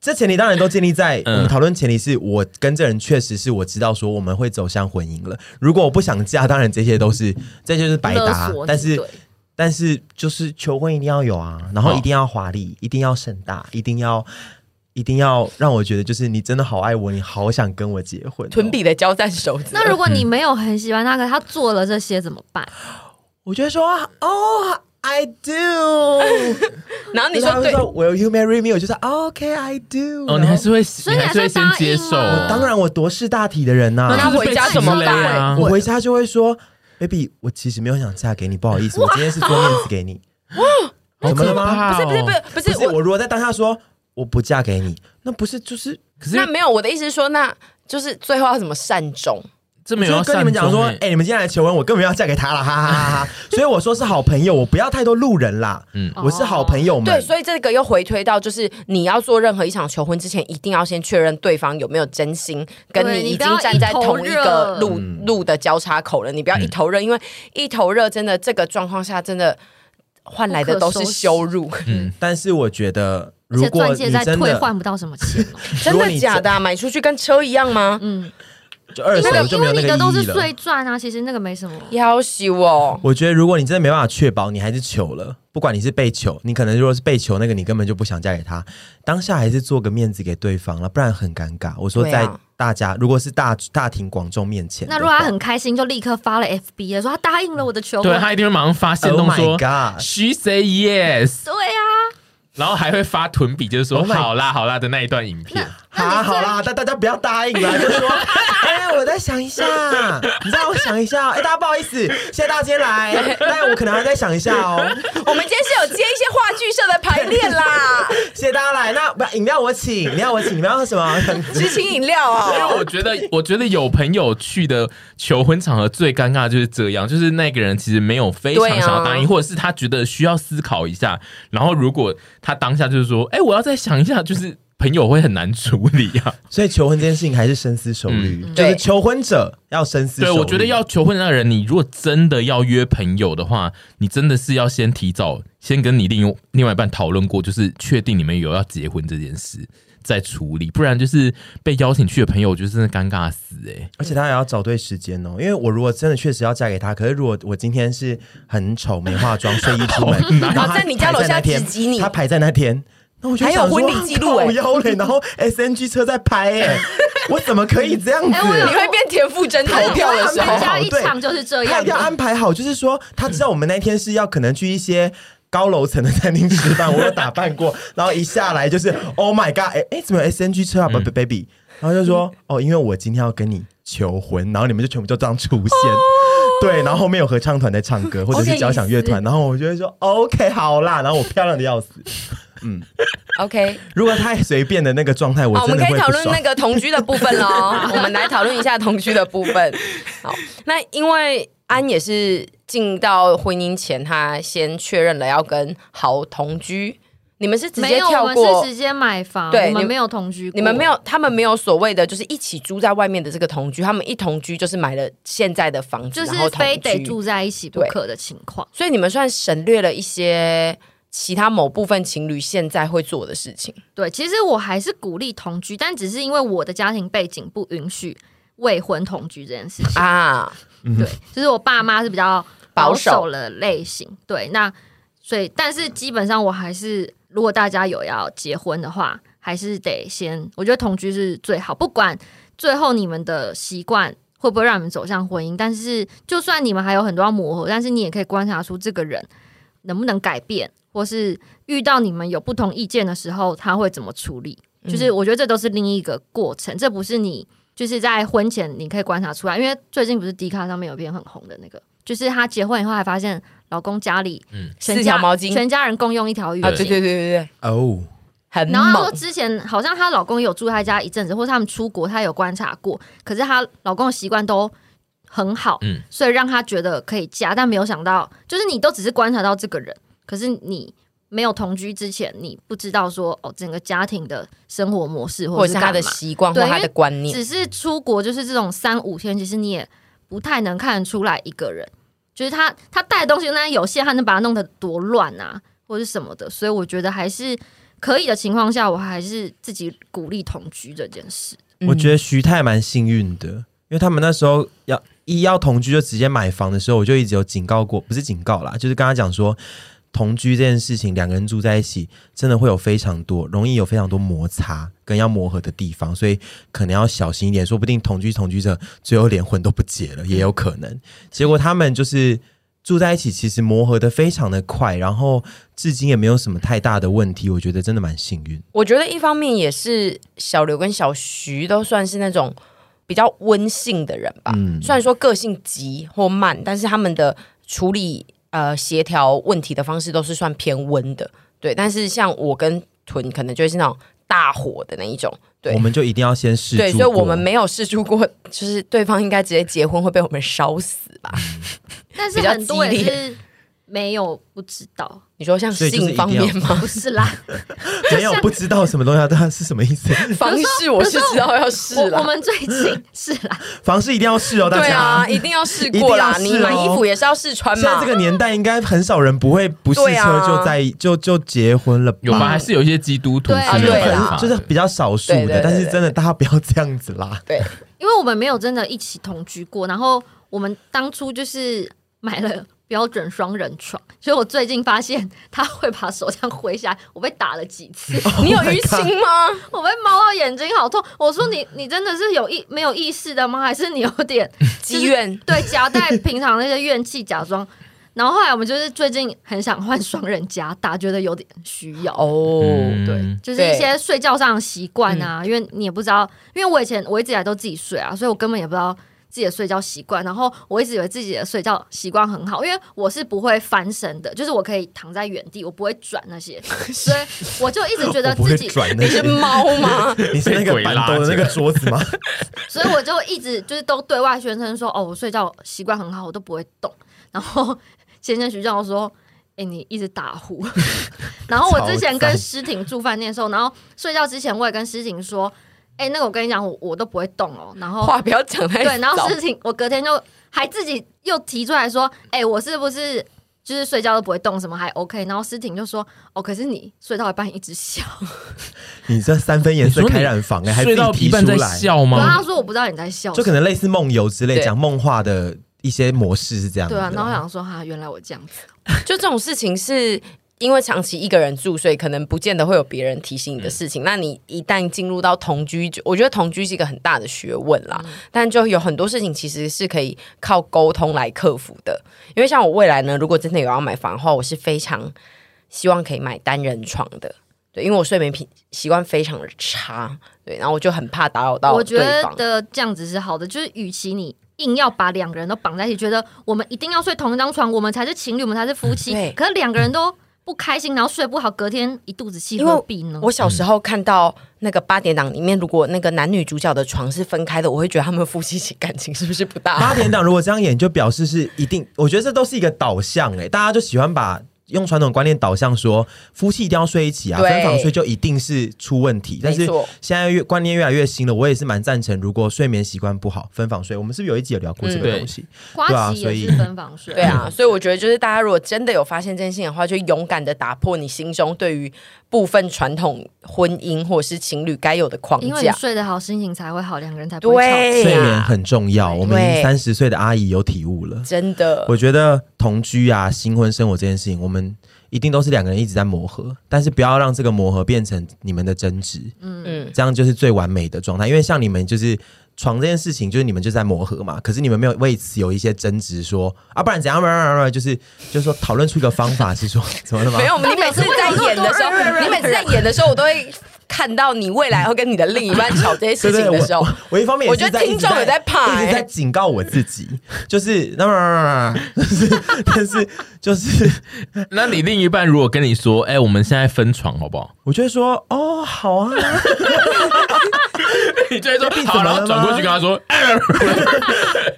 这前提当然都建立在我嗯们讨论前提是我跟这人确实是我知道说我们会走向婚姻了。如果我不想嫁，当然这些都是这就是白搭勒索，你但是对但是就是求婚一定要有啊，然后哦一定要华丽，一定要盛大，一定要。一定要让我觉得，就是你真的好爱我，你好想跟我结婚、哦屯，比的交战手指，那如果你没有很喜欢那个，他做了这些怎么办？我就会说哦，I do。 *laughs* 然后你就是说他会对，说 Will you marry me？我就说 OK，I do 然后。哦，你还是会，以你你还还是是会会先答应接受哦、吗我当然我多是大体的人呐、那那就是回家被怎么情勒啊办我回家就会说，baby，我其实没有想嫁给你，不好意思，我今天是做面子给你。哇，怎么了吗？好可怕哦不是不是不是不不是是，我，我如果在当下说我不嫁给你，那不是就是可那是没有我的意思是说，那就是最后要怎么善终？这没有就要跟你们讲善终说，欸哎、你们今天来求婚，我根本要嫁给他了，哈哈哈 *laughs* 哈！所以我说是好朋友，我不要太多路人啦。嗯嗯，哦我是好朋友们。对，所以这个又回推到，就是你要做任何一场求婚之前，一定要先确认对方有没有真心跟对你你已不经要站在一头同一个热路嗯路的交叉口了。你不要一嗯头热，因为一头热真的这个状况下真的。换来的都是羞辱， *laughs* 嗯，但是我觉得，而如且果钻戒你再真退的换不到什么钱 *laughs* 哦。如真果的你假的、啊？买出去跟车一样吗？嗯，就二因手为就因没有为那你个的都意是义了。碎钻啊，其实那个没什么。要羞哦！我觉得，如果你真的没办法确保，你还是求了，不管你是被求，你可能如果是被求，那个你根本就不想嫁给他，当下还是做个面子给对方了，不然很尴尬。我说对啊在大家，如果是大大庭广众面前的那话，如果他很开心，就立刻发了 FB 了说他答应了我的求婚对。他一定会马上发现 Oh 动 my 说、 God she say yes，*laughs* 对啊，然后还会发臀比，就是说、 Oh my- 好啦好啦的那一段影片。好好啦，但大家不要答应了，就说，哎、我再想一下，你再让我想一下，哎、大家不好意思，谢谢大家今天来，但我可能还再想一下哦，我们今天是有接一些话剧社的排 *laughs* 练啦，谢谢大家来，那不饮料我请，饮料我请，你们要喝什么？执情饮料啊、因为我觉得，我觉得有朋友去的求婚场合最尴尬的就是这样，就是那个人其实没有非常对啊想要答应，或者是他觉得需要思考一下，然后如果他当下就是说，哎、我要再想一下，就是朋友会很难处理啊。所以求婚这件事情还是深思熟虑，就对是求婚者要深思对，熟虑。我觉得要求婚的那个人，你如果真的要约朋友的话，你真的是要先提早先跟你另另外一半讨论过，就是确定你们有要结婚这件事再处理，不然就是被邀请去的朋友，我觉得真的尴尬死哎、而且他也要找对时间哦，因为我如果真的确实要嫁给他，可是如果我今天 *laughs* 是很丑没化妆睡衣出门，然后哦在你家楼下直击你他排在那天，那我就还有想说婚礼记录欸 *laughs* 靠腰嘞，然后 S N G 车在拍哎、我怎么可以这样子？哎我有你会变田馥甄投还有票的时还 *laughs* 有人候，家一场就 *laughs* 是这哦他样一定要安的，排好，就是说他知道我们那天是要可能去一些。高楼层的餐厅吃饭，我有打扮过，然后一下来就是 *laughs* Oh my God，哎、哎，怎么有 S N G 车啊，不不 baby，然后就说哦，因为我今天要跟你求婚，然后你们就全部就这样出现，哦对，然后后面有合唱团在唱歌，或者好有是意交响乐哦团，然后我就会说 OK 好啦，然后我漂亮的要死。 OK，如果太随便的那个状态，我哦好，我真们的可会以讨不论爽那。个同居的部分 *laughs* 喽。我们来讨论一下同居的部分。好，那因为安也是进到婚姻前，他先确认了要跟豪同居。你们是直没接有，跳我们是过直？接买房，对我你们没有同居过，你们没有，他们没有所谓的，就是一起住在外面的这个同居，他们一同居就是买了现在的房子，就是然后同非得居住在一起不对可的情况。所以你们算省略了一些其他某部分情侣现在会做的事情。对，其实我还是鼓励同居，但只是因为我的家庭背景不允许未婚同居这件事情。啊，对，就是我爸妈是比较保保守守的类型。对，那所以，但是基本上我还是，如果大家有要结婚的话，还是得先，我觉得同居是最好，不管最后你们的习惯。会不会让你们走向婚姻？但是，就算你们还有很多要磨合，但是你也可以观察出这个人能不能改变，或是遇到你们有不同意见的时候，他会怎么处理。嗯就是我觉得这都是另一个过程，这不是你就是在婚前你可以观察出来，因为最近不是 D 卡上面有篇很红的那个，就是她结婚以后还发现老公家里四全条家毛巾全家人共用一条浴巾。啊，对对对对对，哦，很然后她说，猛，之前好像她老公有住她家一阵子，或是他们出国，她有观察过。可是她老公的习惯都很好，嗯所以让她觉得可以嫁，但没有想到，就是你都只是观察到这个人，可是你没有同居之前，你不知道说哦，整个家庭的生活模式或或者是他的干嘛习惯或对他因的为观念，只是出国就是这种三五天，其实你也不太能看得出来一个人，就是他他带的东西那有限，他能把它弄得多乱啊，或是什么的，所以我觉得还是可以的情况下，我还是自己鼓励同居这件事。我觉得得徐太蛮幸运的，因为他们那时候要一要同居就直接买房的时候，我就一直有警告过，不是警告啦，就是跟他讲说，同居这件事情，两个人住在一起，真的会有非常多容易有非常多摩擦跟要磨合的地方，所以可能要小心一点，说不定同居同居者最后连婚都不结了，也有可能。结果他们就是。住在一起其实磨合的非常的快，然后至今也没有什么太大的问题，我觉得真的蛮幸运。我觉得一方面也是小刘跟小徐都算是那种比较温性的人吧，嗯虽然说个性急或慢，但是他们的处理呃协调问题的方式都是算偏温的，对。但是像我跟屯可能就是那种大火的那一种，对我。们就一定要先试住对，所以我们过没有试出过， *laughs* 就是对方应该直接结婚会被我们烧死吧？但是比较很多激也烈是没有不知 *laughs* 道，你说像所以就是性方一定要面 *laughs* 吗？不是啦，没有不知道什么东西啊，它是什么意思？方式我是知道要试我了，我们最近是啦，房事一定要试哦，大对家。啊，一定要试过 *laughs* 啦。一定要试哦你买衣服也是要试穿现在嘛这。个年代，应该很少人不会不试对车啊就在、就就结婚了吧？有吧？还是有一些基督徒对啊是没有对办啦法的，就是比较少数对对的对，但是对真的大家不要这样子啦。对，因为我们没有真的一起同居过，然后我们当初就是买了标准双人床，所以我最近发现他会把手这样挥下来，我被打了几次，你 *laughs* 有 Oh my 淤青吗？我被猫到眼睛好痛。我说你你真的是有意没有意识的吗？还是你有点积怨对夹带平常那些怨气假装？然后后来我们就是最近很想换双人夹大，觉得有点需要。哦，嗯对，就是一些睡觉上的习惯嗯啊，因为你也不知道，因为我以前我一直以来都自己睡啊，所以我根本也不知道自己的睡觉习惯。然后我一直以为自己的睡觉习惯很好，因为我是不会翻身的，就是我可以躺在原地，我不会转那 *laughs* 些，所以我就一直觉我得不自会己，转的你，是猫吗？你是那个板凳的那个桌子吗？ *laughs* 所以我就一直就是都对外宣称说，哦，我睡觉习惯很好，我都不会动。然后 *laughs* 先生徐教授说。哎、你一直打呼。 *laughs* 然后我之前超跟赞诗婷住饭店的时候，然后睡觉之前我也跟诗婷说，哎、那个我跟你讲，我我都不会动哦。然后 *laughs* 话不要讲太早对，然后事情我隔天就还自己又提出来说，哎、我是不是就是睡觉都不会动，什么还 OK？然后诗婷就说，哦，可是你睡到一半一直笑，你这三分颜色开染房哎、还自睡到己一提半出在来，笑然后吗他？说我不知道你在笑就可能类似梦游之类，对讲梦话的一些模式是这样对啊，子 *laughs* 然后我想说哈、原来我这样子，就这种事情是因为长期一个人住，所以可能不见得会有别人提醒你的事嗯情。那你一旦进入到同居，就我觉得同居是一个很大的学问啦。嗯但就有很多事情其实是可以靠沟通来克服的。因为像我未来呢，如果真的有要买房的话，我是非常希望可以买单人床的。对，因为我睡眠品习惯非常的差，对，然后我就很怕打扰到我觉对方。得这样子是好的，就是与其你硬要把两个人都绑在一起，觉得我们一定要睡同一张床，我们才是情侣，我们才是夫妻嗯对，可是两个人都不开心，然后睡不好，隔天一肚子气，因为何必呢？嗯我小时候看到那个八点档里面，如果那个男女主角的床是分开的，我会觉得他们夫妻情感情是不是不大好？ *laughs* 八点档如果这样演，就表示是一定，我觉得这都是一个导向哎、大家就喜欢把用传统观念导向说夫妻一定要睡一起啊，对分房睡就一定是出问题。但是没错现在越观念越来越新了，我也是蛮赞成，如果睡眠习惯不好，分房睡。我们是不是有一集有聊过这嗯个对东西？对花啊旗所也以是分房睡，对啊，所以我觉得就是大家如果真的有发现这件事情的话，就勇敢的打破你心中对于部分传统婚姻或者是情侣该有的框因为你架。睡得好，心情才会好，两个人才不会吵架。对睡眠哎呀，很重要，我们已经对三十岁的阿姨有体悟了。真的，我觉得同居啊、新婚生活这件事情，我们一定都是两个人一直在磨合，但是不要让这个磨合变成你们的争执，嗯，这样就是最完美的状态。因为像你们就是床这件事情，就是你们就在磨合嘛，可是你们没有为此有一些争执说，啊，不然怎样，不然不然不然就是就是说讨论出一个方法是说 *laughs* 怎么了吗没？有，你每次在演的时候，你每次在演的时候，我都会看到你未来会跟你的另一半吵这些事对对情对的时候我，我我一方面也我是觉得在一直听众有在怕一直欸在警告我自己，就是那么， *laughs* 但是就是那你另一半如果跟你说，哎、我们现在分床好不好？我就会说哦，好啊，你就会说闭嘴好，然后转过去跟他说，哎、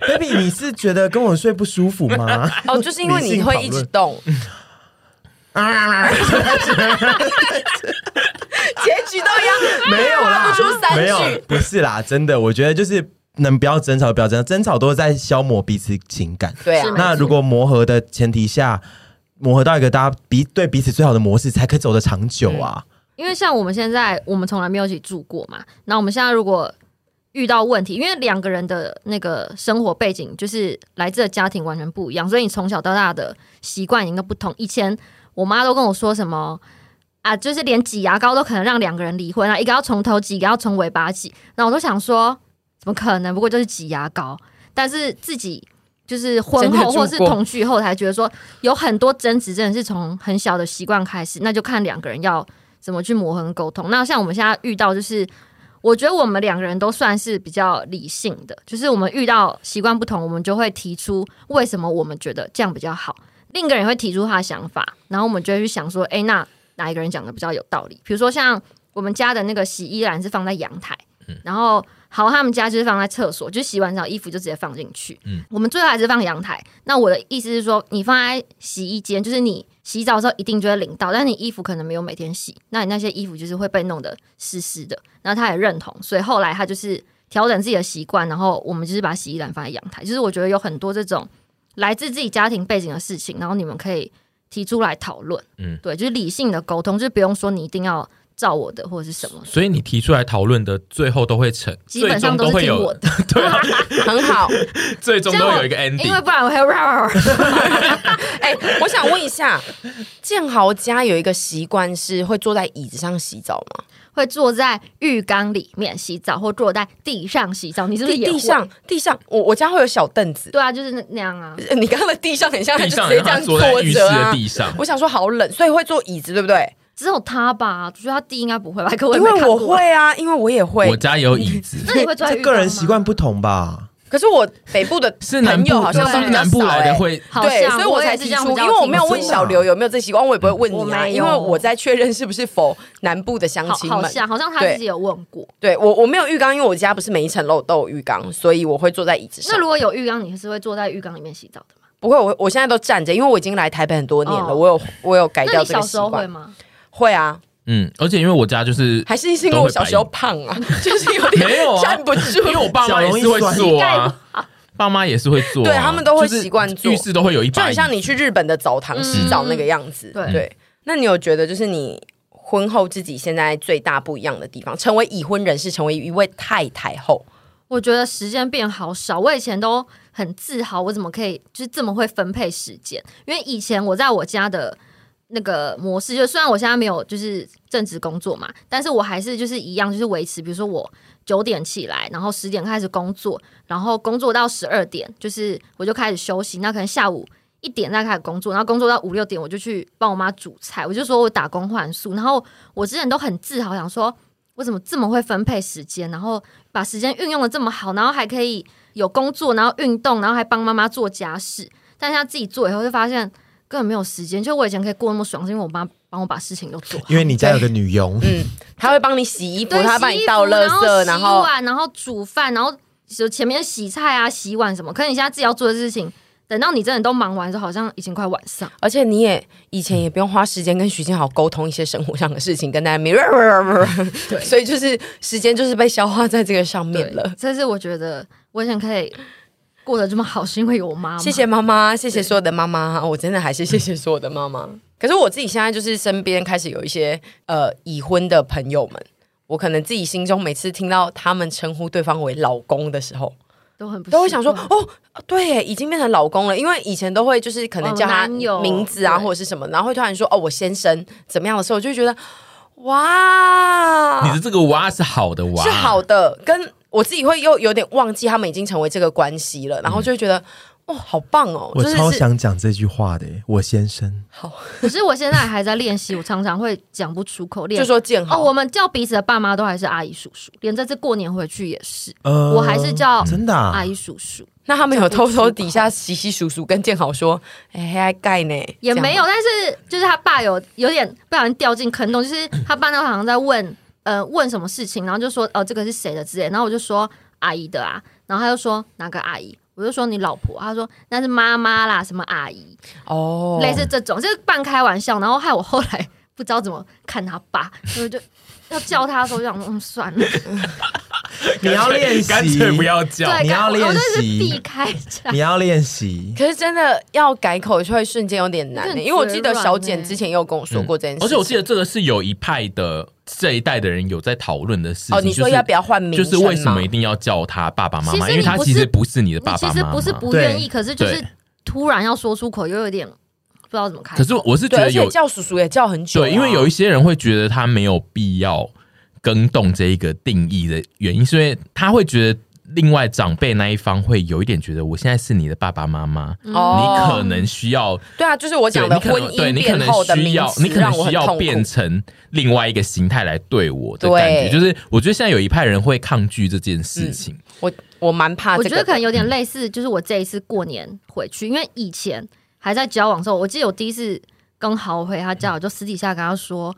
baby，你是觉得跟我睡不舒服吗？哦，就是因为你会一直动，啊结局都一样，没有啦，发不出三没有句，，不是啦，真的，我觉得就是能不要争吵，不要争吵，争吵都是在消磨彼此情感。对啊是，吗那如果磨合的前提下，磨合到一个大家彼对彼此最好的模式，才可以走得长久啊。嗯因为像我们现在，我们从来没有一起住过嘛。那我们现在如果遇到问题，因为两个人的那个生活背景就是来自的家庭完全不一样，所以你从小到大的习惯已经都不同。以前我妈都跟我说什么啊，就是连挤牙膏都可能让两个人离婚啊，一个要从头挤，一个要从尾巴挤。然后我都想说，怎么可能？不过就是挤牙膏，但是自己。就是婚真的后住或是过同居后，才觉得说有很多争执真的是从很小的习惯开始，那就看两个人要怎么去磨合跟沟通。那像我们现在遇到，就是我觉得我们两个人都算是比较理性的，就是我们遇到习惯不同，我们就会提出为什么我们觉得这样比较好，另一个人也会提出他的想法，然后我们就会去想说，诶，那哪一个人讲的比较有道理？比如说像我们家的那个洗衣篮是放在阳台，然后豪他们家就是放在厕所，就洗完澡衣服就直接放进去。嗯我们最后还是放阳台。那我的意思是说，你放在洗衣间，就是你洗澡的时候一定就会淋到，但是你衣服可能没有每天洗，那你那些衣服就是会被弄得湿湿的。然后他也认同，所以后来他就是调整自己的习惯，然后我们就是把洗衣篮放在阳台。就是我觉得有很多这种来自自己家庭背景的事情，然后你们可以提出来讨论。嗯嗯，对，就是理性的沟通，就是不用说你一定要照我的或者是什么。所以你提出来讨论的，最后都会成，基本最上终都都是会听有我的，对啊，很好。最终都会有一个因为 ending。不然我会 *laughs* 哎、我想问一下，建豪家有一个习惯是会坐在椅子上洗澡吗？会坐在浴缸里面洗澡，或坐在地上洗澡。你是不是地也会地？上，地上，我我家会有小凳子。 *laughs* 对啊，就是那那样啊。呃你刚刚的地上很像，地就上，直接然这后他样坐在浴室着的啊。地上，我想说好冷，所以会坐椅子，对不对？只有他吧，我觉得他弟应该啊不会吧？可我也因没为看我过。会啊，因为我也我会。家有椅子。那你会坐在这浴个缸吗人习惯不同吧？可是我北部的 *laughs* 是南朋部友，好像对是比是较南部少来的欸会，好对，像所以我也才是提这样出，比较因为我没有听说问小刘有没有这习惯，我也不会问我你啊，没因有为我在确认是不是否南部的乡好亲好们。像好像他自己有问过。对我我没有浴缸，因为我家不是每一层楼都有浴缸，所以我会坐在椅子上那。如果有浴缸，你是会坐在浴缸里面洗澡的吗？不会，我我现在都站着，因为我已经来台北很多年了，哦我有我有改那掉你这个小习时候会惯。吗？会啊，嗯，而且因为我家就是还是是因为我小时候胖啊， *laughs* 就是有点没有 *laughs* 啊站不住。因为我爸妈也是会做啊，爸妈也是会做啊、对他们都会习惯就是做浴室都会有一把就椅很子，像你去日本的澡堂洗澡那个样子。嗯嗯对那你有觉得就是你婚后自己现在最大不一样的地方？成为已婚人士，成为一位太太后，我觉得时间变好少，我以前都很自豪，我怎么可以就是这么会分配时间？因为以前我在我家的那个模式，就虽然我现在没有就是正职工作嘛，但是我还是就是一样，就是维持，比如说我九点起来，然后十点开始工作，然后工作到十二点，就是我就开始休息。那可能下午一点再开始工作，然后工作到五六点，我就去帮我妈煮菜。我就说我打工换宿，然后我之前都很自豪，想说我怎么这么会分配时间，然后把时间运用的这么好，然后还可以有工作，然后运动，然后还帮妈妈做家事。但是她自己做以后，就发现根本没有时间。就我以前可以过那么爽，是因为我妈帮我把事情都做好。因为你家有个女佣，嗯，他会帮你洗衣服，对，他会帮你倒垃圾，然然后洗后碗，然后煮饭，然后就前面洗菜啊、洗碗什么。可是你现在自己要做的事情，等到你真的都忙完之后，好像已经快晚上。而且你也以前也不用花时间跟徐建豪沟通一些生活上的事情，跟大家 *laughs* 没，所以就是时间就是被消化在这个上面了。这是我觉得我以前可以过得这么好，是因为有我妈妈。 *laughs* 谢谢妈妈，谢谢所有的妈妈，哦我真的还是谢谢所有的妈妈。可是我自己现在就是身边开始有一些呃已婚的朋友们，我可能自己心中每次听到他们称呼对方为老公的时候，都很不都会想说习惯哦，对耶，已经变成老公了，因为以前都会就是可能哦叫他男友名字啊对或者是什么，然后会突然说哦我先生怎么样的时候，我就会觉得哇，你的这个娃是好的娃，啊是好的，跟我自己会又有点忘记他们已经成为这个关系了，嗯然后就会觉得、哦好棒哦，我就是超是想讲这句话的耶，我先生。可是我现在还在练习，我常常会讲不出口，练就说建哦，好，我们叫彼此的爸妈都还是阿姨叔叔，连这次过年回去也是，呃我还是叫真的啊阿姨叔叔。那他们有偷偷底下洗洗叔叔跟建好说，哎、还盖呢，也没有，这样吗。但是就是他爸有有点不小心掉进坑洞，就是他爸那时候好像在问，呃，问什么事情，然后就说哦、这个是谁的之类，然后我就说阿姨的啊，然后他就说哪个阿姨，我就说你老婆，他说那是妈妈啦，什么阿姨，哦，类似这种，就是半开玩笑，然后害我后来 *laughs* 不知道怎么看他爸，所以就要叫他的时候，我就想说嗯算了，你要练习，干脆不要叫。对，你要干我练就是习避开这样你要练习。可是真的要改口就会瞬间有点难、有点因为我记得嘴软小欸简之前也有跟我说过这件事、嗯而且我记得这个是有一派的这一代的人有在讨论的事情，哦，你说就是要不要换名就称是为什吗么一定要叫他爸爸妈其妈？实因为他你不其是实不是你的你爸其爸实妈妈。不是不愿意，对可是就是对突然要说出口，又有点不知道怎么开口。可是我是觉对，而得且有叫叔叔也叫很久啊、对，因为有一些人会觉得他没有必要更动这一个定义的原因，是因为他会觉得另外长辈那一方会有一点觉得，我现在是你的爸爸妈妈，哦你可能需要对啊，就是我对讲你的可能婚对姻你可变后的能需名要，词你可能让我需很要痛苦。变成另外一个形态来对我的对感觉，就是我觉得现在有一派人会抗拒这件事情，我我蛮怕啊我这觉个的，嗯得可能有点类似，就是我这一次过年回去，因为以前还在交往的时候，我记得我第一次跟豪回他家，我就私底下跟他说：“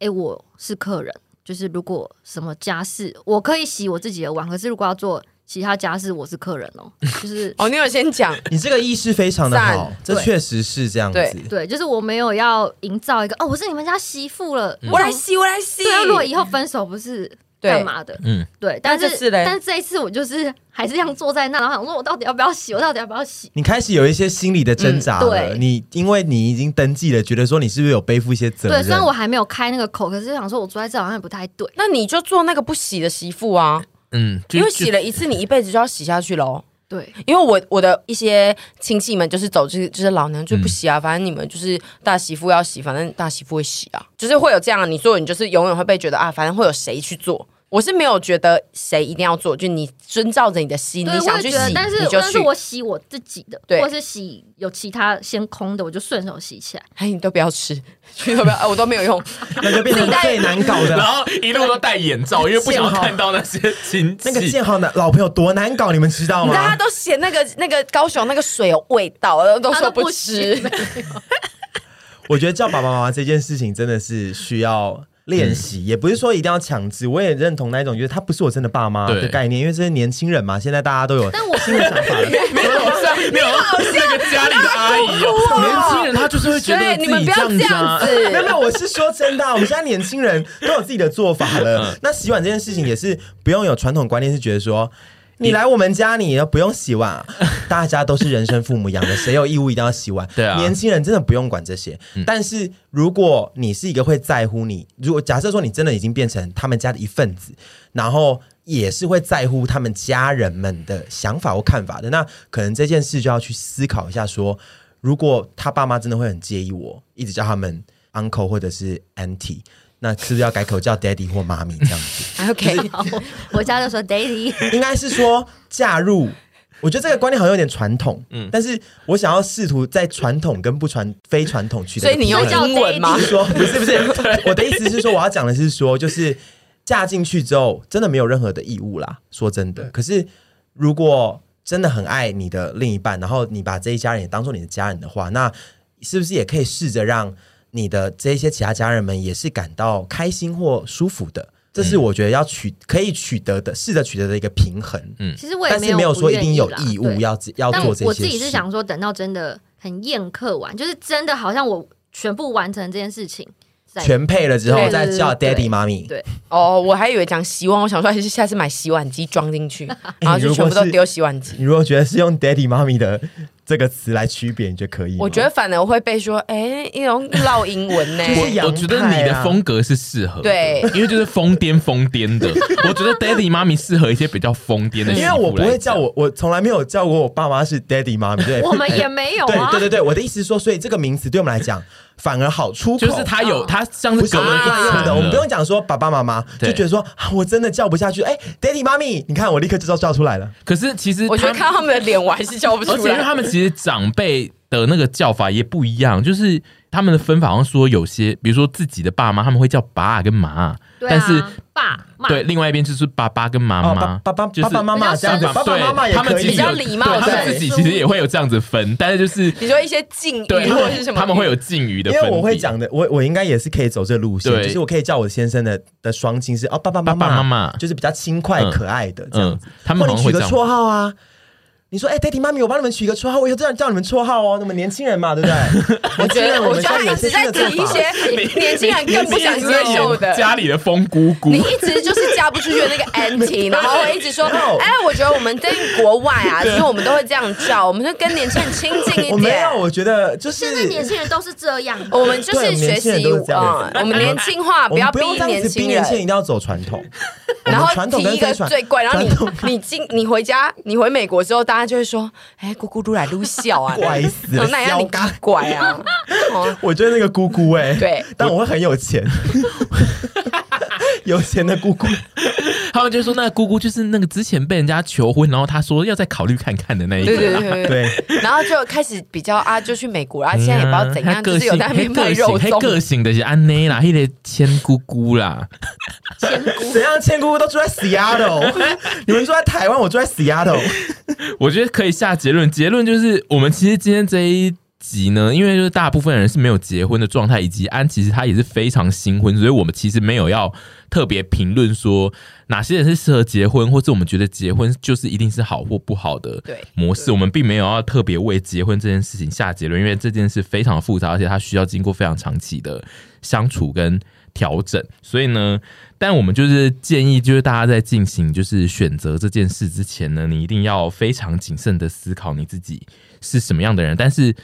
哎、我是客人，就是如果什么家事，我可以洗我自己的碗，可是如果要做其他家事，我是客人 *laughs* 哦。”就是哦，你有先讲，嗯你这个意识非常的好赞，这对确实是这样子。对对，就是我没有要营造一个哦，我是你们家媳妇了，嗯我来洗，我来洗。对啊，如果以后分手不是对干嘛的？嗯嗯，对。那但这是次嘞但是这一次我就是还是这样坐在那，然后想说我到底要不要洗？我到底要不要洗？你开始有一些心理的挣扎了。嗯对你因为你已经登记了，觉得说你是不是有背负一些责任？对，虽然我还没有开那个口，可是想说我坐在这好像也不太对。那你就做那个不洗的媳妇啊，嗯，就因为就洗了一次，你一辈子就要洗下去喽。对，因为我我的一些亲戚们就是走就是就是老娘就不洗啊，反正你们就是大媳妇要洗，反正大媳妇会洗啊，就是会有这样，你做你就是永远会被觉得啊，反正会有谁去做。我是没有觉得谁一定要做，就你遵照着你的心，对你我想也去觉洗得，但是你就但去，是我洗我自己的，对或是洗有其他先空的，我就顺手洗起来。哎，你都不要吃， *laughs* 去都不要，啊我都没有用，那就变成最难搞 *laughs* *laughs* 然的。后一路都戴眼罩，因哦为不想要看到那些亲戚。那个建豪的老朋友多难搞，你们知道你知道吗他？都嫌那个那个高雄那个水有味道，然后都他说都不吃 *laughs* 洗，我觉得叫爸爸妈妈这件事情真的是需要练习，也不是说一定要强制。我也认同那一种，就是他不是我真的爸妈对的概念，因为这些年轻人嘛，现在大家都有但我新的想 *laughs* 法了。 *laughs* 没有像没有那个家里的阿姨好哦，哭哦年轻人他就是会觉得对，自你们己不要这这样子样啊。没有没子。有，我是说真的啊、我们现在年轻人都有自己的做法 *laughs* 嗯了。那洗碗这件事情也是不用有传统观念，是觉得说。你来我们家，你不用洗碗、啊，大家都是人生父母养的，谁有义务一定要洗碗？ *laughs* 对啊年轻人真的不用管这些。但是如果你是一个会在乎你，如果假设说你真的已经变成他们家的一份子，然后也是会在乎他们家人们的想法或看法的，那可能这件事就要去思考一下说如果他爸妈真的会很介意我一直叫他们 uncle 或者是 auntie，那是不是要改口叫 daddy 或妈咪这样子？ *laughs* OK， *laughs* 我家就说 daddy，应该是说嫁入。我觉得这个观念好像有点传统，嗯，但是我想要试图在传统跟不传非传统区的，所以你用所以叫英文吗是？说不是不是， *laughs* 我的意思是说，我要讲的是说，就是嫁进去之后，真的没有任何的义务啦。说真的，可是如果真的很爱你的另一半，然后你把这一家人也当做你的家人的话，那是不是也可以试着让你的这些其他家人们也是感到开心或舒服的？这是我觉得要取可以取得的，试着取得的一个平衡。 *laughs* 其实我也但是有有不说一愿定有啦义务对要要但做这些事。我自己是想说，等到真的很宴客完，就是真的好像我全部完成这件事情，再全配了之后对再叫对对 daddy 妈咪。对哦，我还以为讲洗碗，我想说还是下次买洗碗机装进去，然后如就果全部都是丢洗碗机。你如果觉得是用 daddy 妈咪的这个词来区别，你觉得可以吗？我觉得反而会被说，哎，一种唠英文 *laughs* 呢。就是洋我觉得你派的啊风格是适合的，对因为就是疯癫疯癫的。 *laughs* 我觉得 daddy 妈咪适合一些比较疯癫的媳妇来因为讲，我不会叫我，我从来没有叫过我爸妈是 daddy 妈咪。对，我们也没有哎对啊对。对对，我的意思是说，所以这个名词对我们来讲反而好出口，就是他有他像是啊不是隔我了们一一层样的，了我们不用讲说爸爸妈妈，对就觉得说啊我真的叫不下去，哎，daddy 妈咪，你看我立刻就叫叫出来了。可是其实我觉得他看他们的脸，我还是叫不而出且因为来。他们其实长辈的那个叫法也不一样，就是他们的分法好像说有些，比如说自己的爸妈，他们会叫爸跟妈，对但是啊，爸妈对另外一边就是爸爸跟妈哦，妈。爸爸爸就是爸爸妈比较妈这样子，生爸爸妈妈对，也他们可其实以比较有礼貌对的他们自己其实也会有这样子分，但是就是你说一些敬语对或者是什么，他们会有敬语的因分别，为我会讲的，我我应该也是可以走这路线，对就是我可以叫我先生的的双亲是哦爸爸妈妈爸爸妈妈就是比较轻快嗯可爱的这样嗯子。，他或们好你像取会这个样。绰号啊。你说，哎、d a d d y 妈咪，我帮你们取一个绰号，我以后这样叫你们绰号哦。你们年轻人嘛，对不 *laughs* 对？我觉得，我我们觉得现他在一有直些在新的提一做法些年轻人更不想接受的。家里的疯姑姑你，一直就是嫁不出去的那个 *laughs* anti，然后一直说， No 哎，我觉得我们在国外啊，其实我们都会这样叫，我们就跟年轻人亲近我一没点有，。我觉得就是现在年轻人都是这样的，哦我们就是对学年轻人习都是这样啊，嗯我们年轻化， *laughs* 我要们逼不用这样年子逼轻年轻人一人。定要走传 *laughs* 统，然我们后传统提跟一个非传最怪，然后你传统 *laughs* 你进你回家，你回美国之后，大家就会说，哎，咕咕噜来噜笑 *laughs* 啊，怪 *laughs* 死了，那样小你嘎。怪啊，哦我觉得那个姑姑哎、对， *laughs* 但我会很有钱，有钱的姑姑。他们就说那个姑姑就是那个之前被人家求婚，然后他说要再考虑看看的那一对对个。对对对。对， *laughs* 然后就开始比较啊，就去美国啦，嗯现在也不知道怎啊他样，就个是有性，在那边他卖个肉性，他个粽。性的是安内啦，迄个千姑姑啦，千古怎样？千姑姑都住在 Seattle，你 *laughs* 们住在台湾，我住在 Seattle。我觉得可以下结论，结论就是我们其实今天这一。集呢，因为就是大部分人是没有结婚的状态，以及安其实他也是非常新婚，所以我们其实没有要特别评论说哪些人是适合结婚，或是我们觉得结婚就是一定是好或不好的对模式。我们并没有要特别为结婚这件事情下结论，因为这件事非常复杂，而且它需要经过非常长期的相处跟调整。所以呢，但我们就是建议，就是大家在进行就是选择这件事之前呢，你一定要非常谨慎的思考你自己是什么样的人。但是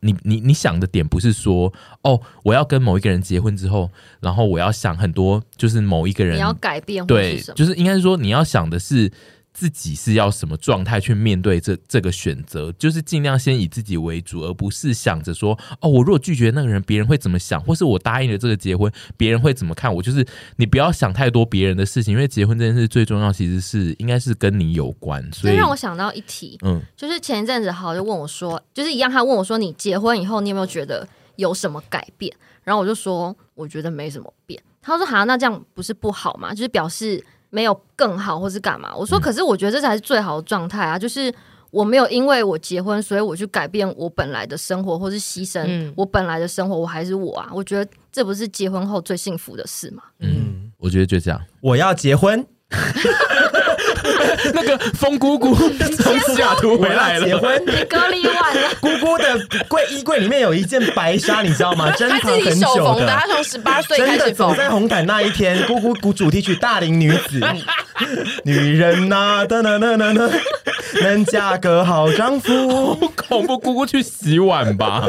你你你想的点不是说哦，我要跟某一个人结婚之后，然后我要想很多，就是某一个人你要改变或对是，什么？就是应该是说你要想的是自己是要什么状态去面对这这个选择，就是尽量先以自己为主，而不是想着说哦，我如果拒绝那个人，别人会怎么想，或是我答应了这个结婚，别人会怎么看我。就是你不要想太多别人的事情，因为结婚这件事最重要，其实是应该是跟你有关，所这以让我想到一题，嗯，就是前一阵子好就问我说，就是一样，他问我说你结婚以后你有没有觉得有什么改变？然后我就说我觉得没什么变。他说好、那这样不是不好吗？就是表示没有更好或是干嘛？我说嗯可是我觉得这才是最好的状态啊，就是。我没有因为我结婚，所以我去改变我本来的生活，或是牺牲嗯我本来的生活，我还是我啊！我觉得这不是结婚后最幸福的事吗？嗯，我觉得就这样。我要结婚， *laughs* 那个风姑姑从西雅图回来我要结了，婚。你隔离完了，姑姑的柜衣柜里面有一件白纱，你知道 *laughs* 吗？珍他藏自己啊很手久缝的，他从 *laughs* 十八岁真开的始走缝。在红毯那一天，姑姑姑主题曲《大龄女 *laughs* 子》，女人呐、噔噔噔噔噔， *laughs* 能嫁个好丈夫。恐怖姑姑去洗碗吧。